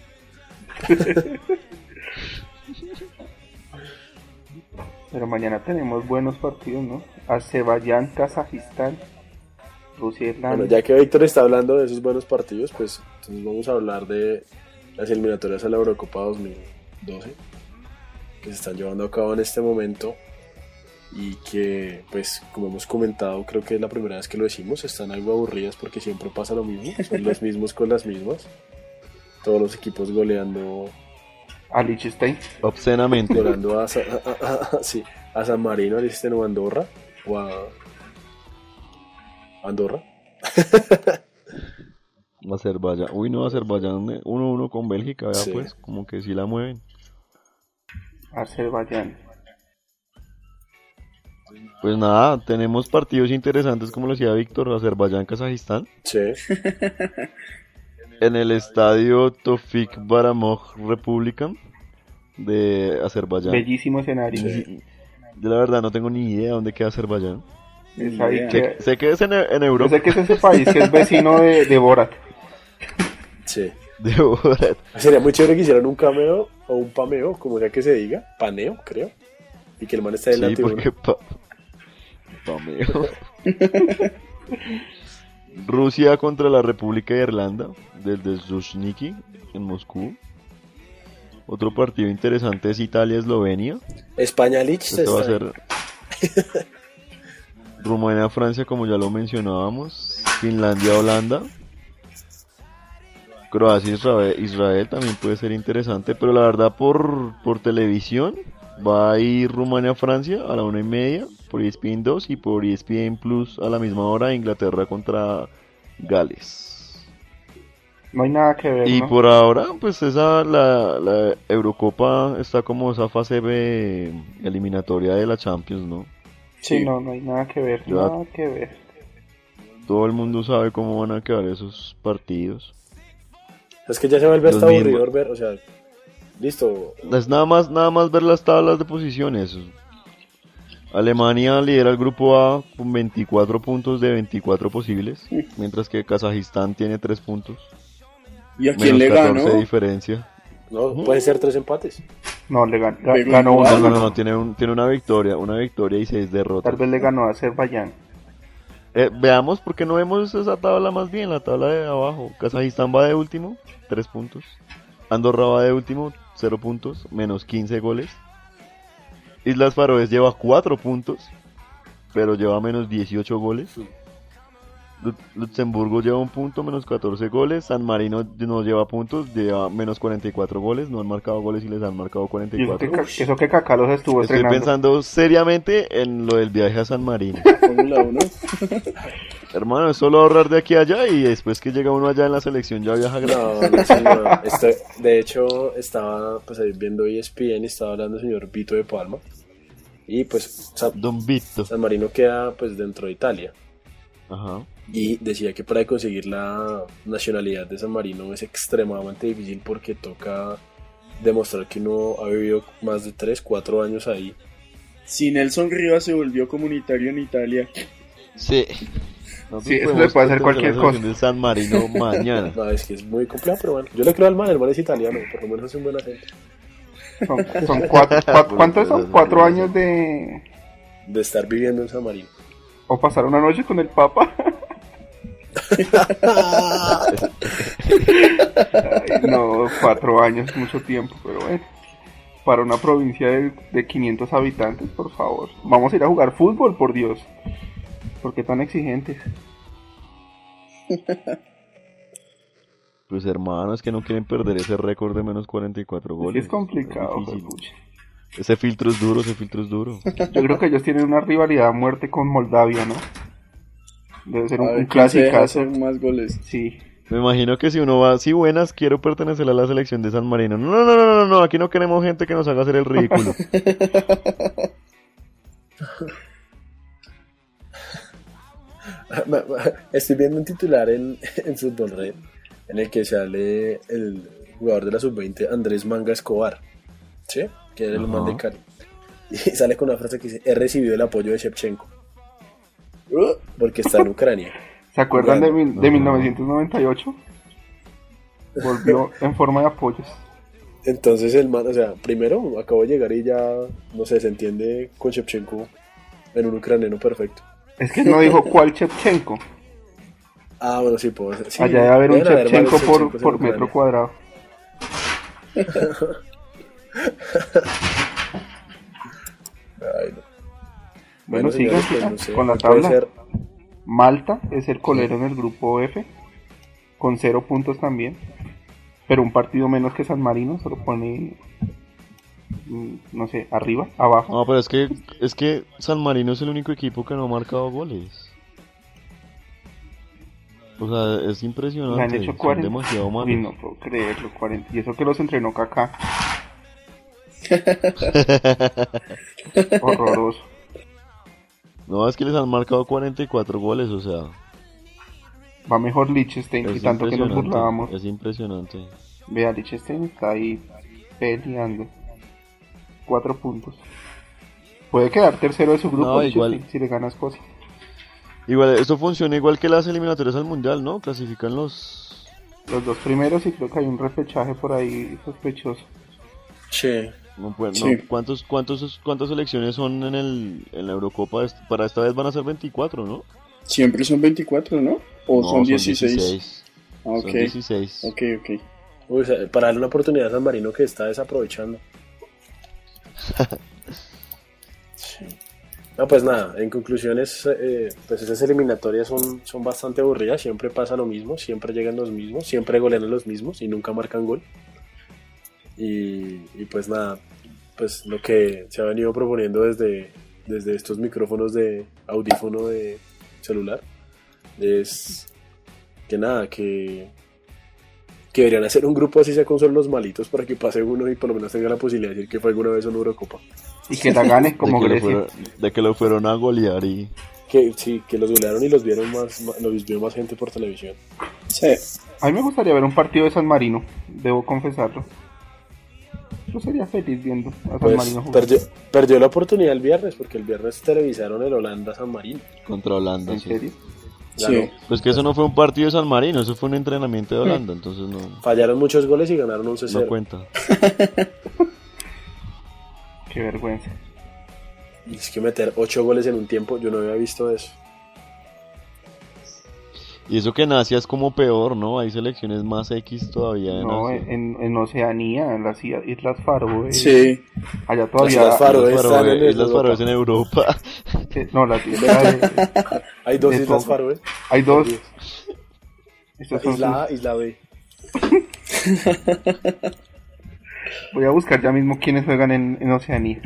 Speaker 3: Pero mañana tenemos buenos partidos, ¿no? Azerbaiyán, Kazajistán, Rusia, Irlanda.
Speaker 1: Bueno, ya que Víctor está hablando de esos buenos partidos, pues entonces vamos a hablar de las eliminatorias a la Eurocopa 2012 que se están llevando a cabo en este momento y que, pues, como hemos comentado, creo que es la primera vez que lo decimos, están algo aburridas porque siempre pasa lo mismo, son los mismos con las mismas, todos los equipos goleando
Speaker 3: A Liechtenstein.
Speaker 1: *laughs*
Speaker 2: Obscenamente.
Speaker 1: volando a, Sa- a- a- a- sí, a San Marino, a Liechtenstein o a Andorra, o a Andorra.
Speaker 2: Azerbaiyán. Uy, no, Azerbaiyán eh, 1-1 con Bélgica, vea
Speaker 1: Sí.
Speaker 2: pues, como que sí la mueven.
Speaker 3: Azerbaiyán.
Speaker 2: Pues nada, tenemos partidos interesantes como lo decía Víctor, Azerbaiyán, Kazajistán.
Speaker 1: Sí,
Speaker 2: En el estadio Tofik Baramoj Republican de Azerbaiyán.
Speaker 3: Bellísimo escenario.
Speaker 1: Sí.
Speaker 2: Yo la verdad no tengo ni idea dónde queda Azerbaiyán.
Speaker 3: Es ahí
Speaker 4: Ni idea.
Speaker 3: que-
Speaker 2: Sé que es en, en
Speaker 3: Yo
Speaker 2: Europa.
Speaker 3: sé que es ese país que es vecino de, de Borat.
Speaker 1: sí.
Speaker 2: *laughs* De Borat.
Speaker 1: Sería muy chévere que hicieran un cameo o un pameo, como sea que se diga, paneo, creo. Y que el man está
Speaker 2: Sí,
Speaker 1: delante de uno.
Speaker 2: porque pa... Pameo. Rusia contra la República de Irlanda, desde Zuzhniki, en Moscú. Otro partido interesante es Italia-Eslovenia.
Speaker 1: España Lich
Speaker 2: Este va a ser Rumania-Francia, como ya lo mencionábamos. Finlandia-Holanda. Croacia-Israel Israel también puede ser interesante, pero la verdad por, por televisión va a ir Rumania-Francia a la una y media por E ESPN 2 y por E ESPN Plus a la misma hora Inglaterra contra Gales.
Speaker 3: No hay nada que ver,
Speaker 2: Y
Speaker 3: ¿no?
Speaker 2: por ahora, pues esa la, la Eurocopa está como esa fase de eliminatoria de la Champions, ¿no?
Speaker 3: Sí, no, no hay nada que ver.
Speaker 2: Yo-
Speaker 3: Nada que ver.
Speaker 2: Todo el mundo sabe cómo van a quedar esos partidos.
Speaker 1: Es que ya se vuelve
Speaker 2: Los
Speaker 1: hasta
Speaker 2: mismos.
Speaker 1: aburridor ver, o sea, listo.
Speaker 2: Es nada más, nada más ver las tablas de posiciones. Alemania lidera el grupo A con 24 puntos de 24 posibles, mientras que Kazajistán tiene 3 puntos.
Speaker 4: ¿Y a quién
Speaker 2: Menos
Speaker 4: le
Speaker 2: 14
Speaker 4: ganó?
Speaker 2: de diferencia.
Speaker 1: No, pueden ser tres empates.
Speaker 3: No, le gan- ga-
Speaker 4: Pero
Speaker 3: ganó
Speaker 4: igual.
Speaker 2: No, no,
Speaker 3: uno.
Speaker 2: no,
Speaker 3: ganó.
Speaker 2: tiene, un- tiene una victoria, una victoria y 6 derrotas.
Speaker 3: Tal vez le ganó a Azerbaiyán.
Speaker 2: Eh, veamos por qué no vemos esa tabla más bien, la tabla de abajo. Kazajistán va de último, 3 puntos. Andorra va de último, 0 puntos, menos 15 goles. Islas Faroes lleva 4 puntos, pero lleva menos 18 goles. Lu- Luxemburgo lleva un punto, menos 14 goles. San Marino no lleva puntos, lleva menos 44 goles. No han marcado goles y les han marcado
Speaker 3: Y eso
Speaker 2: 44.
Speaker 3: que, Ca- eso que Kaká los estuvo
Speaker 2: Estoy
Speaker 3: entrenando.
Speaker 2: pensando seriamente en lo del viaje a San Marino.
Speaker 4: Fórmula 1.
Speaker 2: Hermano, es solo ahorrar de aquí a allá y después que llega uno allá en la selección ya viaja gratis.
Speaker 1: No, no, señor. Estoy- de hecho, estaba pues ahí viendo ESPN y estaba hablando el señor Vito de Palma. Y pues San,
Speaker 2: Don Vito.
Speaker 1: San Marino queda pues dentro de Italia.
Speaker 2: Ajá.
Speaker 1: y decía que para conseguir la nacionalidad de San Marino es extremadamente difícil porque toca demostrar que uno ha vivido más de 3, 4 años ahí.
Speaker 4: Si Nelson Rivas se volvió comunitario en Italia,
Speaker 2: Sí. No
Speaker 3: Sí, eso
Speaker 2: podemos
Speaker 3: le puede hacer
Speaker 2: contra
Speaker 3: cualquier
Speaker 2: la
Speaker 3: cosa.
Speaker 2: selección de San Marino mañana. *laughs*
Speaker 1: No, Ah, es que es muy complejo, pero bueno, yo le creo al man, el man es italiano, por lo menos es un buen agente.
Speaker 3: Son, son cuatro, cua- ¿Cuántos son? Cuatro años de...
Speaker 1: De estar viviendo en San Marino.
Speaker 3: O pasar una noche con el Papa. Ay, no, cuatro años, mucho tiempo, pero bueno. Para una provincia de, de 500 habitantes, por favor. Vamos a ir a jugar fútbol, por Dios. ¿Por qué tan exigentes?
Speaker 2: Pues hermano, es que no quieren perder ese récord de menos 44 goles.
Speaker 3: es complicado.
Speaker 2: Es difícil.
Speaker 3: juepucha.
Speaker 2: Ese filtro es duro, ese filtro es duro.
Speaker 3: Yo creo que ellos tienen una rivalidad a muerte con Moldavia, ¿no? Debe ser
Speaker 4: a
Speaker 3: un,
Speaker 4: ver
Speaker 3: un
Speaker 4: quién se deja
Speaker 3: clasicazo.
Speaker 4: hacer más goles.
Speaker 3: Sí.
Speaker 2: Me imagino que si uno va, sí buenas, quiero pertenecer a la selección de San Marino. No, no, no, no, no, no, aquí no queremos gente que nos haga hacer el ridículo.
Speaker 1: Ma- ma- *laughs* Estoy viendo un titular en, *laughs* en Fútbol Red en el que sale el jugador de la sub-20, Andrés Manga Escobar, ¿sí? que era el man de
Speaker 2: Ajá.
Speaker 1: Cali. *laughs* Y sale con una frase que dice: He recibido el apoyo de Shevchenko
Speaker 4: Uh,
Speaker 1: porque
Speaker 3: *laughs*
Speaker 1: está en Ucrania.
Speaker 3: ¿Se acuerdan de,
Speaker 1: Bueno,
Speaker 3: mil- de
Speaker 2: no.
Speaker 3: 1998?
Speaker 2: *laughs*
Speaker 3: Volvió en forma de apoyos.
Speaker 1: Entonces, el man, o sea, primero acabo de llegar y ya, no sé, se entiende con Shevchenko en un ucraniano perfecto.
Speaker 3: Es que
Speaker 1: *laughs*
Speaker 3: no dijo cuál Chepchenko.
Speaker 1: Ah, bueno, sí, puedo sí,
Speaker 3: Allá debe haber un
Speaker 1: deben varios
Speaker 3: Chepchenko por,
Speaker 1: Shevchenkos en
Speaker 3: por
Speaker 1: Ucrania.
Speaker 3: metro cuadrado.
Speaker 1: Ay, no.
Speaker 3: Bueno,
Speaker 1: Bueno,
Speaker 3: sigan,
Speaker 1: señores, pues,
Speaker 3: sigan
Speaker 1: no sé,
Speaker 3: con la
Speaker 1: ¿qué puede
Speaker 3: tabla.
Speaker 1: ser?
Speaker 3: Malta es el colero en el grupo F, con cero puntos también, pero un partido menos que San Marino, se lo pone, mm, no sé, arriba, abajo.
Speaker 2: No, pero es que, es que San Marino es el único equipo que no ha marcado goles. O sea, es
Speaker 3: Le han
Speaker 2: impresionante.
Speaker 3: hecho
Speaker 2: Son
Speaker 3: 40.
Speaker 2: demasiado malos.
Speaker 3: Uy, no puedo creerlo, 40. Y eso que los
Speaker 2: *laughs*
Speaker 3: entrenó Kaká. Horroroso.
Speaker 2: No, es que les han marcado 44 goles, o sea.
Speaker 3: Va mejor Liechtenstein, y
Speaker 2: Es
Speaker 3: tanto que nos
Speaker 2: impresionante,
Speaker 3: burlábamos.
Speaker 2: Es impresionante.
Speaker 3: Vea, Liechtenstein está ahí peleando. Cuatro puntos. Puede quedar tercero de su grupo
Speaker 2: No, igual.
Speaker 3: Liechtenstein, si le gana a Escocia.
Speaker 2: Igual, esto funciona igual que las eliminatorias al mundial, ¿no? Clasifican los.
Speaker 3: Los dos primeros y creo que hay un repechaje por ahí sospechoso.
Speaker 1: Che,
Speaker 2: No, puede-
Speaker 4: Sí.
Speaker 2: no, ¿cuántos, cuántos, ¿Cuántas selecciones son en, el, en la Eurocopa? Est- Para esta vez van a ser 24, ¿no?
Speaker 4: Siempre son 24, ¿no? O
Speaker 2: No,
Speaker 4: son 16. Ah,
Speaker 2: Son
Speaker 4: ok,
Speaker 2: 16.
Speaker 4: ok, ok.
Speaker 1: uy, o sea, para darle una oportunidad a San Marino que está desaprovechando. Sí. No, pues nada, en conclusiones, eh, pues esas eliminatorias son, son bastante aburridas, siempre pasa lo mismo, siempre llegan los mismos, siempre golean a los mismos y nunca marcan gol. Y, y pues nada, pues lo que se ha venido proponiendo desde, desde estos micrófonos de audífono de celular es que nada, que, que deberían hacer un grupo así sea con solo los malitos para que pase uno y por lo menos tenga la posibilidad de decir que fue alguna vez una Eurocopa.
Speaker 2: *laughs*
Speaker 3: Y que la gane
Speaker 2: de,
Speaker 3: como
Speaker 2: que lo
Speaker 3: Grecia.
Speaker 2: fueron- de que lo fueron a golear y.
Speaker 1: Que sí, que los golearon y los vieron más, más- los vio más gente por televisión.
Speaker 4: Sí.
Speaker 3: A mí me gustaría ver un partido de San Marino, debo confesarlo. Yo sería feliz viendo a San
Speaker 1: Pues
Speaker 3: Marino jugar.
Speaker 1: perdió, perdió la oportunidad el viernes porque el viernes televisaron el Holanda San Marino.
Speaker 2: Contra Holanda,
Speaker 3: ¿En
Speaker 2: sí.
Speaker 3: serio?
Speaker 1: Ganó.
Speaker 4: Sí.
Speaker 2: Pues que eso no fue un partido de San Marino, eso fue un entrenamiento de Holanda, entonces no,
Speaker 1: Fallaron muchos goles y ganaron
Speaker 3: Pues
Speaker 1: 11-0.
Speaker 2: no cuenta.
Speaker 3: Qué vergüenza.
Speaker 1: Y es que meter 8 goles en un tiempo, yo no había visto eso.
Speaker 2: Y eso que en Asia es como peor, ¿no? Hay selecciones más X todavía en
Speaker 3: No, eh.
Speaker 2: Asia.
Speaker 3: en, en Oceanía, en las Islas- Islas Faroe.
Speaker 4: Sí.
Speaker 3: Allá todavía.
Speaker 1: Islas eh. Faroe.
Speaker 2: Islas
Speaker 1: están en
Speaker 2: Islas
Speaker 1: Europa.
Speaker 2: Faroe en Europa. *laughs*
Speaker 3: eh, No, las Islas.
Speaker 1: *laughs*
Speaker 3: eh,
Speaker 1: Hay dos
Speaker 3: De
Speaker 1: Islas
Speaker 3: todo.
Speaker 1: Faroe.
Speaker 3: Hay dos. Estas son
Speaker 1: Isla A, Isla B.
Speaker 3: sus- Voy a buscar ya mismo quiénes juegan en, en Oceanía.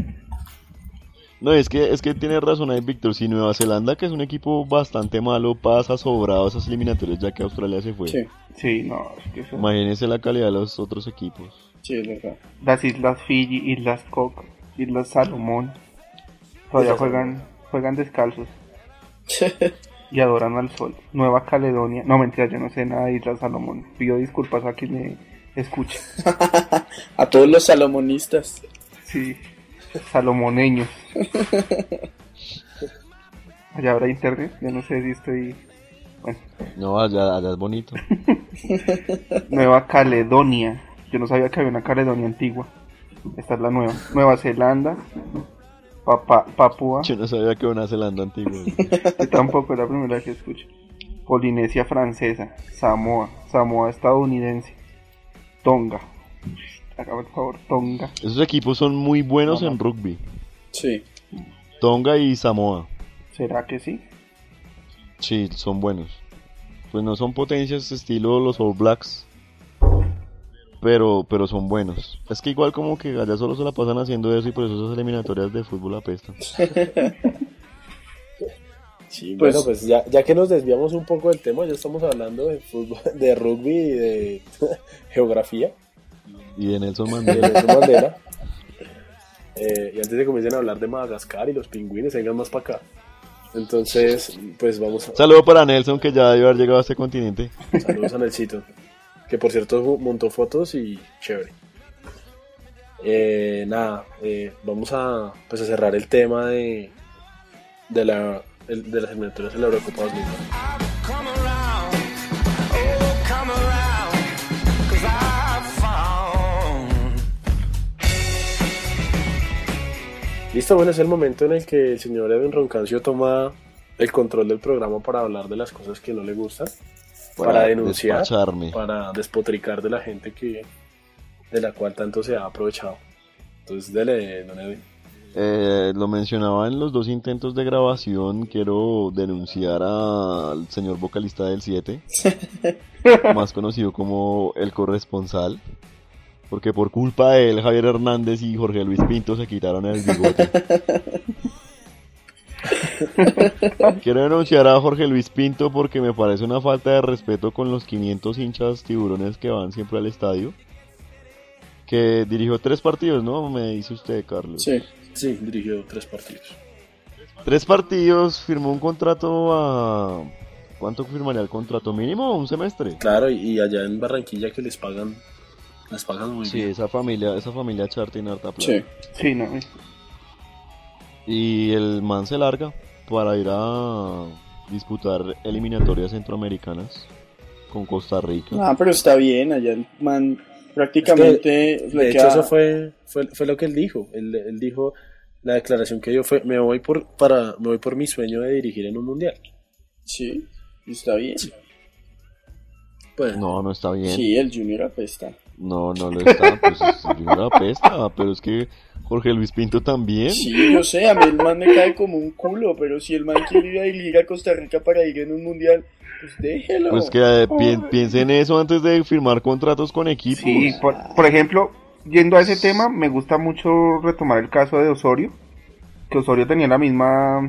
Speaker 2: No, es que, es que tiene razón ahí Víctor. Si Nueva Zelanda, que es un equipo bastante malo, pasa sobrado a esas eliminatorias ya que Australia se fue.
Speaker 4: Sí,
Speaker 3: Sí, no, es que eso-
Speaker 2: Imagínense la calidad de los otros equipos.
Speaker 4: sí, es verdad.
Speaker 3: Las Islas Fiji, Islas Cook, Islas Salomón. Todavía
Speaker 1: Islas
Speaker 3: *laughs* juegan, juegan descalzos. y adoran al sol. Nueva Caledonia. No, mentira, yo no sé nada de Isla Salomón. Pido disculpas a quien me escuche.
Speaker 6: A todos los salomonistas.
Speaker 3: Sí, *laughs* salomoneños. Allá habrá internet, yo no sé si estoy... Bueno,
Speaker 2: No, allá, allá es
Speaker 3: *laughs*
Speaker 2: bonito.
Speaker 3: Nueva Caledonia. Yo no sabía que había una Caledonia antigua. Esta es la nueva. Nueva Zelanda. Papua Papúa.
Speaker 2: Yo no sabía que era una Zelanda antigua. güey.
Speaker 3: Yo *laughs* tampoco es la primera que escucho. Polinesia francesa, Samoa, Samoa estadounidense, Tonga. Haga por favor, Tonga.
Speaker 2: Esos equipos son muy buenos en rugby.
Speaker 6: Sí.
Speaker 2: Tonga y Samoa.
Speaker 3: ¿Será que sí?
Speaker 2: Sí, son buenos. Pues no son potencias estilo los All Blacks. Pero, pero son buenos. Es que igual como que allá solo se la pasan haciendo eso y por eso esas eliminatorias de fútbol apestan.
Speaker 1: Sí,
Speaker 6: Pues-
Speaker 1: bueno, pues ya, ya que nos desviamos un poco del tema, ya estamos hablando de fútbol, *laughs* de rugby y de *laughs* geografía,
Speaker 2: Y de Nelson
Speaker 1: de *laughs*
Speaker 2: Mandela.
Speaker 1: Nelson Mandela. Eh, y antes de que comiencen a hablar de Madagascar y los pingüines, vengan más para acá. Entonces, pues vamos a
Speaker 2: Saludo para Nelson que ya debe haber llegado a este continente.
Speaker 1: saludos a Nelsito, que por cierto montó fotos y chévere. Eh, nada, eh, vamos a, pues a cerrar el tema de, de, la, el- de las eliminatorias de la Eurocopa 2009.
Speaker 5: Come around, oh, come around, cause I found
Speaker 1: Listo, bueno, es el momento en el que el señor Edwin Roncancio toma el control del programa para hablar de las cosas que no le gustan, para, denunciar,
Speaker 2: despacharme.
Speaker 1: para despotricar de la gente que de la cual tanto se ha aprovechado. Entonces, dele, don Edwin.
Speaker 2: Eh, lo mencionaba en los dos intentos de grabación. Quiero denunciar al señor vocalista del 7, más conocido como el corresponsal, porque por culpa de él, Javier Hernández y Jorge Luis Pinto se quitaron el bigote. Quiero denunciar a Jorge Luis Pinto porque me parece una falta de respeto con los 500 hinchas tiburones que van siempre al estadio. Que dirigió tres partidos, ¿no? Me dice usted, Carlos.
Speaker 6: Sí.
Speaker 1: Sí, dirigió tres partidos.
Speaker 2: Tres partidos, firmó un contrato a... ¿Cuánto firmaría el contrato? ¿Mínimo un semestre?
Speaker 1: Claro, y, y allá en Barranquilla que les pagan, les pagan muy
Speaker 2: Sí,
Speaker 1: bien.
Speaker 2: esa familia, esa familia Chartin harta plata.
Speaker 6: Sí.
Speaker 3: Sí, no. eh.
Speaker 2: Y el man se larga para ir a disputar eliminatorias centroamericanas con Costa Rica.
Speaker 6: Ah, pero está bien. Allá el man prácticamente le
Speaker 1: De hecho,
Speaker 6: queda-
Speaker 1: eso fue, fue, fue lo que él dijo. Él, él dijo, la declaración que dio fue, me voy por, para, me voy por mi sueño de dirigir en un mundial.
Speaker 6: Sí, está bien.
Speaker 1: Pues,
Speaker 2: No, no está bien.
Speaker 6: Sí, el Junior apesta.
Speaker 2: No, no lo está. Pues yo la pesta, pero es que Jorge Luis Pinto también.
Speaker 6: Sí, yo sé, a mí el man me cae como un culo, pero si el man quiere ir a dirigir a Costa Rica para ir en un mundial, pues déjelo.
Speaker 2: Pues que eh, pi- piensen eso antes de firmar contratos con equipos.
Speaker 3: Sí, por, por ejemplo, yendo a ese tema, me gusta mucho retomar el caso de Osorio, que Osorio tenía la misma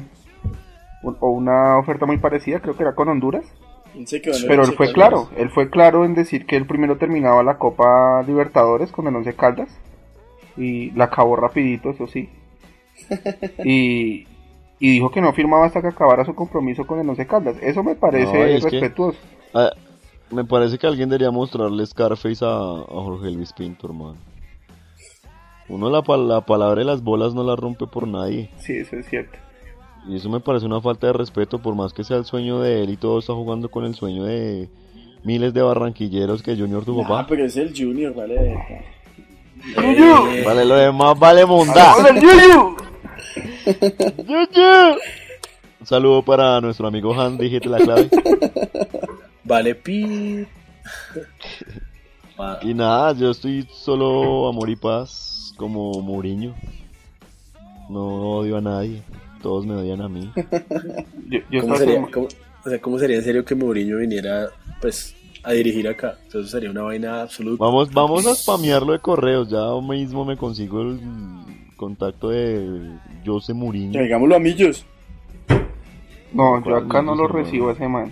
Speaker 3: o- o una oferta muy parecida, creo que era con Honduras,
Speaker 6: Él se quedó en el
Speaker 3: Pero él
Speaker 6: once
Speaker 3: fue
Speaker 6: Caldas.
Speaker 3: claro, él fue claro en decir que él primero terminaba la Copa Libertadores con el Once Caldas y la acabó rapidito,
Speaker 1: *laughs*
Speaker 3: eso sí. Y, y dijo que no firmaba hasta que acabara su compromiso con el Once Caldas. Eso me parece
Speaker 2: No, y es que-
Speaker 3: respetuoso.
Speaker 2: Ah, me parece que alguien debería mostrarle Scarface a, a Jorge Luis Pinto, hermano. Uno la, pa- la palabra de las bolas no la rompe por nadie.
Speaker 3: Sí, eso es cierto.
Speaker 2: Y eso me parece una falta de respeto, por más que sea el sueño de él y todo está jugando con el sueño de miles de barranquilleros que Junior tu
Speaker 6: Nah,
Speaker 2: papá.
Speaker 6: pero es el Junior, vale.
Speaker 1: eh,
Speaker 2: Vale, lo demás vale mondá. Yuyu. Un saludo para nuestro amigo Han, dígete la clave.
Speaker 1: Vale,
Speaker 2: *laughs*
Speaker 1: pi.
Speaker 2: Y nada, yo estoy solo amor y paz, como Mourinho. No odio a nadie, todos me odian a mí.
Speaker 3: Yo, yo
Speaker 1: ¿Cómo
Speaker 3: estaba
Speaker 1: sería,
Speaker 3: como-
Speaker 1: cómo- o sea, ¿cómo sería en serio que Mourinho viniera pues, a dirigir acá? O sea, eso sería una vaina absoluta.
Speaker 2: Vamos, vamos a spamearlo de correos, ya mismo me consigo el contacto de Jose Mourinho.
Speaker 6: Traigámoslo a Millos.
Speaker 3: No, yo acá
Speaker 2: ¿Cuál?
Speaker 3: no lo recibo a ese man.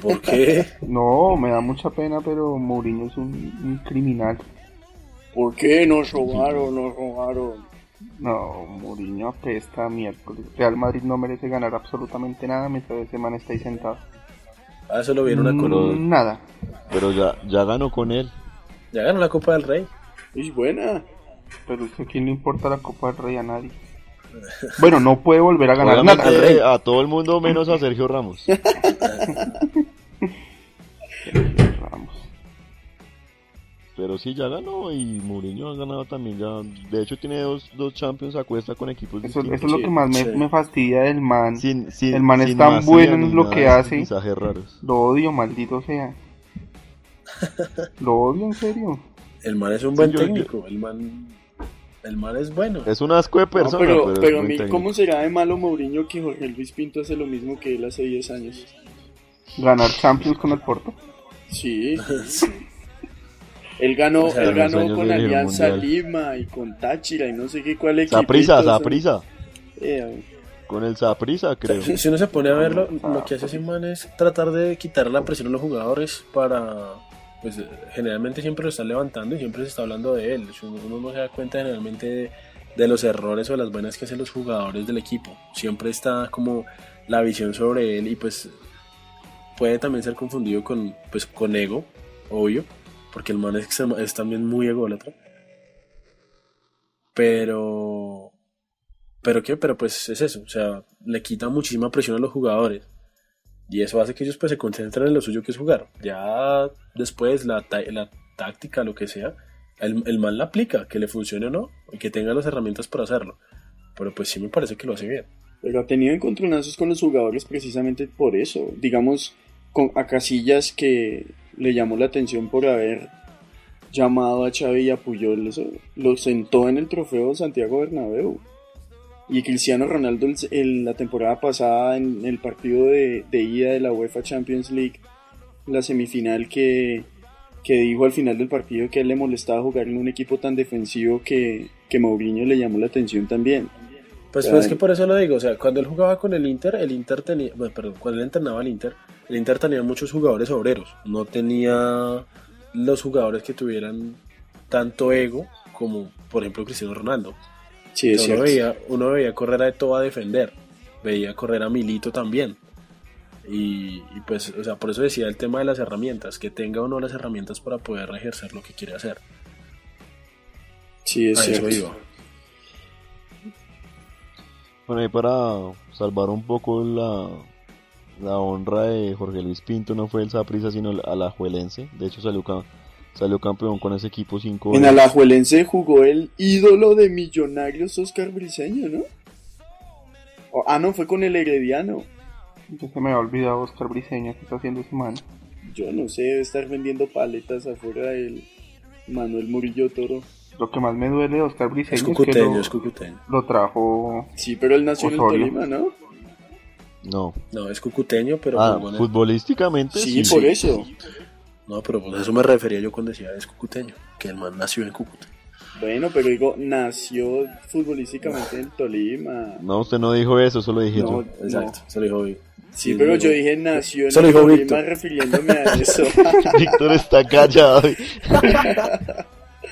Speaker 1: ¿Por qué?
Speaker 3: No, me da mucha pena, pero Mourinho es un, un criminal.
Speaker 6: ¿Por qué nos robaron, nos robaron?
Speaker 3: No, Mourinho apesta a miércoles. Real Madrid no merece ganar absolutamente nada mientras ese man está ahí sentado.
Speaker 1: Ah, eso lo vi en una columna.
Speaker 3: Mm, Nada.
Speaker 2: Pero ya, ya ganó con él.
Speaker 1: Ya ganó la Copa del Rey.
Speaker 4: Es buena.
Speaker 3: Pero es que a quién le importa la Copa del Rey a nadie. *laughs* Bueno, no puede volver a ganar
Speaker 2: Obviamente,
Speaker 3: nada.
Speaker 2: eh, a todo el mundo menos a Sergio Ramos.
Speaker 3: Ramos.
Speaker 2: Pero sí, ya ganó y Mourinho ha ganado también. ya De hecho, tiene dos, dos Champions a cuesta con equipos
Speaker 3: Eso, eso
Speaker 2: distintos.
Speaker 3: es lo que más me,
Speaker 1: sí.
Speaker 3: me fastidia del man.
Speaker 2: Sin- sin-
Speaker 3: el man es
Speaker 2: sin
Speaker 3: tan
Speaker 2: masía
Speaker 3: bueno en
Speaker 2: ni
Speaker 3: lo
Speaker 2: nada,
Speaker 3: que
Speaker 2: sin
Speaker 3: hace.
Speaker 2: mensajes raros.
Speaker 3: Lo odio, maldito sea. Lo odio, en serio.
Speaker 1: El man es un buen
Speaker 2: yo- yo-
Speaker 1: técnico. El man, el man es bueno.
Speaker 2: Es un asco de
Speaker 4: No,
Speaker 2: persona,
Speaker 4: pero,
Speaker 2: pero,
Speaker 4: pero
Speaker 2: es
Speaker 4: a
Speaker 2: muy
Speaker 4: mí,
Speaker 2: técnico.
Speaker 4: ¿cómo será de malo Mourinho que Jorge Luis Pinto hace lo mismo que él hace 10 años?
Speaker 3: Ganar Champions con el Porto.
Speaker 2: *laughs*
Speaker 4: Sí. Él ganó,
Speaker 1: O sea,
Speaker 4: él
Speaker 2: los
Speaker 4: ganó
Speaker 2: años
Speaker 4: con
Speaker 2: de
Speaker 4: Alianza
Speaker 2: Mundial.
Speaker 4: Lima y con Táchira y no sé qué cuál equipo.
Speaker 2: Saprisa, Saprisa.
Speaker 4: Eh,
Speaker 2: Con el
Speaker 4: *laughs*
Speaker 2: Saprisa, creo.
Speaker 1: Si, si uno se pone a verlo, lo que hace ese man es tratar de quitar la presión a los jugadores para. Pues eh, generalmente siempre lo están levantando y siempre se está hablando de él. Si Uno, uno no se da cuenta generalmente de, de los errores o de las buenas que hacen los jugadores del equipo. Siempre está como la visión sobre él y pues puede también ser confundido con, pues, con ego, obvio, porque el man es, extrema- es también muy ególatra. Pero, pero qué, pero pues es eso, o sea, le quita muchísima presión a los jugadores y eso hace que ellos pues se concentren en lo suyo que es jugar. Ya después la, ta- la táctica, lo que sea, el, el man la aplica, que le funcione o no, y que tenga las herramientas para hacerlo. Pero pues sí me parece que lo hace bien.
Speaker 4: Pero ha tenido encontronazos con los jugadores precisamente por eso. Digamos, con, a Casillas que le llamó la atención por haber llamado a Xavi y a Puyol. Eso lo sentó en el trofeo Santiago Bernabéu. Y Cristiano Ronaldo el- el- la temporada pasada en el partido de, de ida de la UEFA Champions League, la semifinal que, que dijo al final del partido que a él le molestaba jugar en un equipo tan defensivo que, que Mourinho le llamó la atención también.
Speaker 1: Pues,
Speaker 4: Ya,
Speaker 1: pues es
Speaker 4: eh.
Speaker 1: que por eso lo digo, o sea, cuando él jugaba con el Inter, el Inter tenía, bueno, perdón, cuando él entrenaba al Inter, el Inter tenía muchos jugadores obreros, no tenía los jugadores que tuvieran tanto ego como, por ejemplo, Cristiano Ronaldo.
Speaker 4: Sí, es
Speaker 1: O sea, uno,
Speaker 4: cierto.
Speaker 1: veía, uno veía correr a Eto'o a defender, veía correr a Milito también. Y, y pues, o sea, por eso decía el tema de las herramientas, que tenga o no las herramientas para poder ejercer lo que quiere hacer.
Speaker 4: Sí, es
Speaker 1: A eso
Speaker 4: cierto.
Speaker 1: iba.
Speaker 2: Bueno, ahí para salvar un poco la, la honra de Jorge Luis Pinto, no fue el Saprisa, sino el Alajuelense. De hecho, salió, ca- salió campeón con ese equipo 5
Speaker 4: En Alajuelense jugó el ídolo de Millonarios Oscar Briseño, ¿no? O- ah, no, fue con el Herediano.
Speaker 3: Ya se me ha olvidado Oscar Briseño que está haciendo ese man.
Speaker 4: Yo no sé, debe estar vendiendo paletas afuera del Manuel Murillo Toro.
Speaker 3: Lo que más me duele de Oscar Briseño
Speaker 1: Es
Speaker 3: es, que
Speaker 1: cucuteño,
Speaker 3: lo,
Speaker 1: es cucuteño.
Speaker 3: lo trajo.
Speaker 4: Sí, pero él nació en el
Speaker 3: Osorio.
Speaker 4: Tolima, ¿no?
Speaker 2: No.
Speaker 1: No, es cucuteño, pero pues,
Speaker 2: Ah,
Speaker 1: jugó en el-
Speaker 2: futbolísticamente
Speaker 4: Sí, por eso.
Speaker 1: No, pero pues a eso me refería yo cuando decía es cucuteño, que el man nació en Cúcuta.
Speaker 4: Bueno, pero digo, nació futbolísticamente en Tolima.
Speaker 2: No, usted no dijo eso, solo dije
Speaker 4: No,
Speaker 2: yo.
Speaker 1: Exacto, se lo dijo hoy.
Speaker 4: Sí,
Speaker 1: Sí,
Speaker 4: pero
Speaker 1: digo-
Speaker 4: yo dije nació en
Speaker 1: Se lo dijo
Speaker 4: Tolima
Speaker 1: Víctor.
Speaker 4: refiriéndome a eso. *laughs*
Speaker 2: *laughs* Víctor está callado.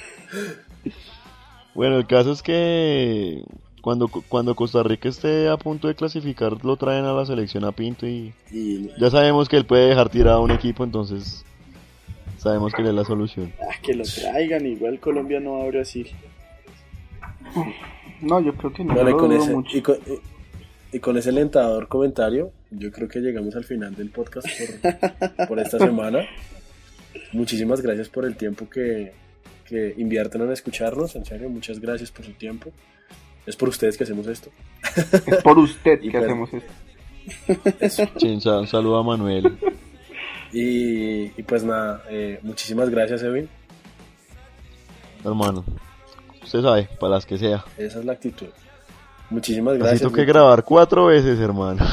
Speaker 2: *laughs* bueno, el caso es que cuando, cuando Costa Rica esté a punto de clasificar, lo traen a la selección a Pinto y
Speaker 1: Y
Speaker 2: ya sabemos que él puede dejar tirado a un equipo, entonces sabemos que le es la solución.
Speaker 4: Ah, que lo traigan, igual Colombia no va a Brasil.
Speaker 3: No, yo creo que no.
Speaker 1: bueno, y
Speaker 3: lo
Speaker 1: con
Speaker 3: dudo
Speaker 1: ese,
Speaker 3: mucho.
Speaker 1: y con, y- y con ese alentador comentario, yo creo que llegamos al final del podcast por, por esta semana. Muchísimas gracias por el tiempo que, que invierten en escucharnos, en serio, muchas gracias por su tiempo. Es por ustedes que hacemos esto.
Speaker 3: Es por
Speaker 1: *laughs*
Speaker 3: usted
Speaker 1: y
Speaker 3: que
Speaker 1: pues-
Speaker 3: hacemos esto.
Speaker 2: Sí, un sa- un saludo a Manuel.
Speaker 1: Y, y pues nada, eh, muchísimas gracias, Evin.
Speaker 2: Hermano, usted sabe, para las que sea.
Speaker 1: Esa es la actitud. Muchísimas gracias.
Speaker 2: Necesito que
Speaker 1: Víctor.
Speaker 2: grabar cuatro veces, hermano.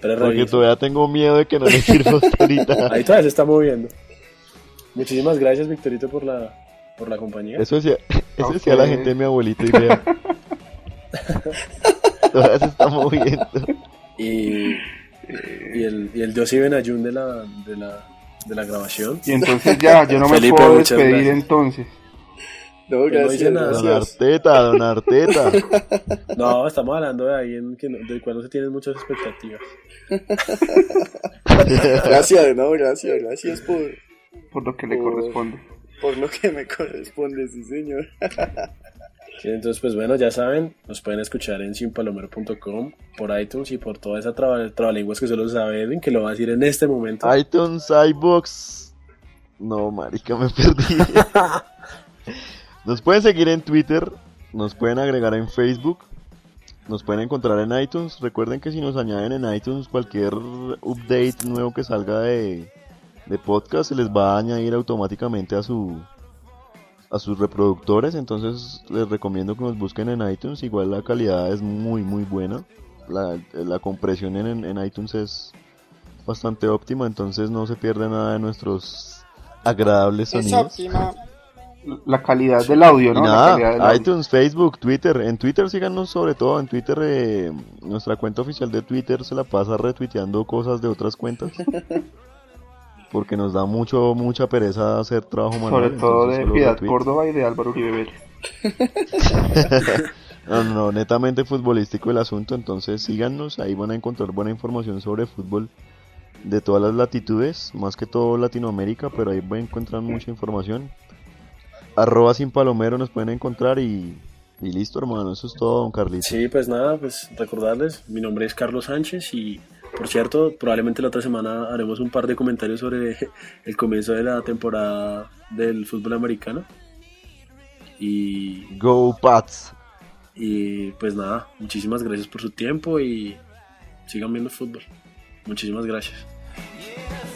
Speaker 1: Pero
Speaker 2: Porque
Speaker 1: revisa.
Speaker 2: todavía tengo miedo de que no le sirva hasta ahorita.
Speaker 1: Ahí todavía se está moviendo. Muchísimas gracias, Victorito, por la, por la compañía.
Speaker 2: Eso decía, *laughs* eso decía
Speaker 3: Ok.
Speaker 2: la gente de mi abuelito y vea. Todavía se está moviendo.
Speaker 1: Y, y el, y el Dios y Benayun de la, de la, de la grabación.
Speaker 3: Y entonces ya, yo no
Speaker 1: *laughs*
Speaker 3: me
Speaker 1: Felipe,
Speaker 3: puedo
Speaker 1: muchas
Speaker 3: despedir
Speaker 1: gracias.
Speaker 3: entonces.
Speaker 6: No,
Speaker 1: Yo no hice
Speaker 6: gracias.
Speaker 1: nada.
Speaker 2: Don
Speaker 1: Así es.
Speaker 2: Arteta, don Arteta.
Speaker 1: No, estamos hablando de alguien que no- del cual no se tienen muchas expectativas.
Speaker 6: Gracias, no, gracias, gracias por,
Speaker 3: por lo que le
Speaker 6: Oh.
Speaker 3: corresponde.
Speaker 6: por lo que me corresponde, sí, señor.
Speaker 1: Sí, entonces, pues bueno, ya saben, nos pueden escuchar en sinpalomero.com, por iTunes y por toda esa traba- trabalenguas que solo sabe Edwin, que lo va a decir en este momento.
Speaker 2: iTunes, iBox. No, marica, me perdí. Nos pueden seguir en Twitter, nos pueden agregar en Facebook, nos pueden encontrar en iTunes. Recuerden que si nos añaden en iTunes cualquier update nuevo que salga de, de podcast se les va a añadir automáticamente a su a sus reproductores, entonces les recomiendo que nos busquen en iTunes, igual la calidad es muy muy buena. La, la compresión en- en iTunes es bastante óptima, entonces no se pierde nada de nuestros agradables sonidos.
Speaker 3: La calidad del audio,
Speaker 2: Y
Speaker 3: ¿no? la calidad del
Speaker 2: nada,
Speaker 3: audio.
Speaker 2: iTunes, Facebook, Twitter. En Twitter síganos sobre todo. En Twitter, eh, nuestra cuenta oficial de Twitter se la pasa retuiteando cosas de otras cuentas. Porque nos da mucho, mucha pereza hacer trabajo manual.
Speaker 3: Sobre todo
Speaker 2: entonces
Speaker 3: de
Speaker 2: solo
Speaker 3: Piedad
Speaker 2: retweet.
Speaker 3: Córdoba y de Álvaro Uribe Vélez.
Speaker 2: No, no, no, netamente futbolístico el asunto, entonces síganos, ahí van a encontrar buena información sobre fútbol de todas las latitudes, más que todo Latinoamérica, pero ahí van a encontrar mucha información. Arroba sin palomero nos pueden encontrar y, y listo hermano, eso es todo don Carlitos.
Speaker 1: Sí, pues nada, pues recordarles, mi nombre es Carlos Sánchez y, por cierto, probablemente la otra semana haremos un par de comentarios sobre el comienzo de la temporada del fútbol americano. Y,
Speaker 2: Go Pats.
Speaker 1: y pues nada, muchísimas gracias por su tiempo y sigan viendo fútbol. Muchísimas gracias.
Speaker 5: Yes, Oh, Oh,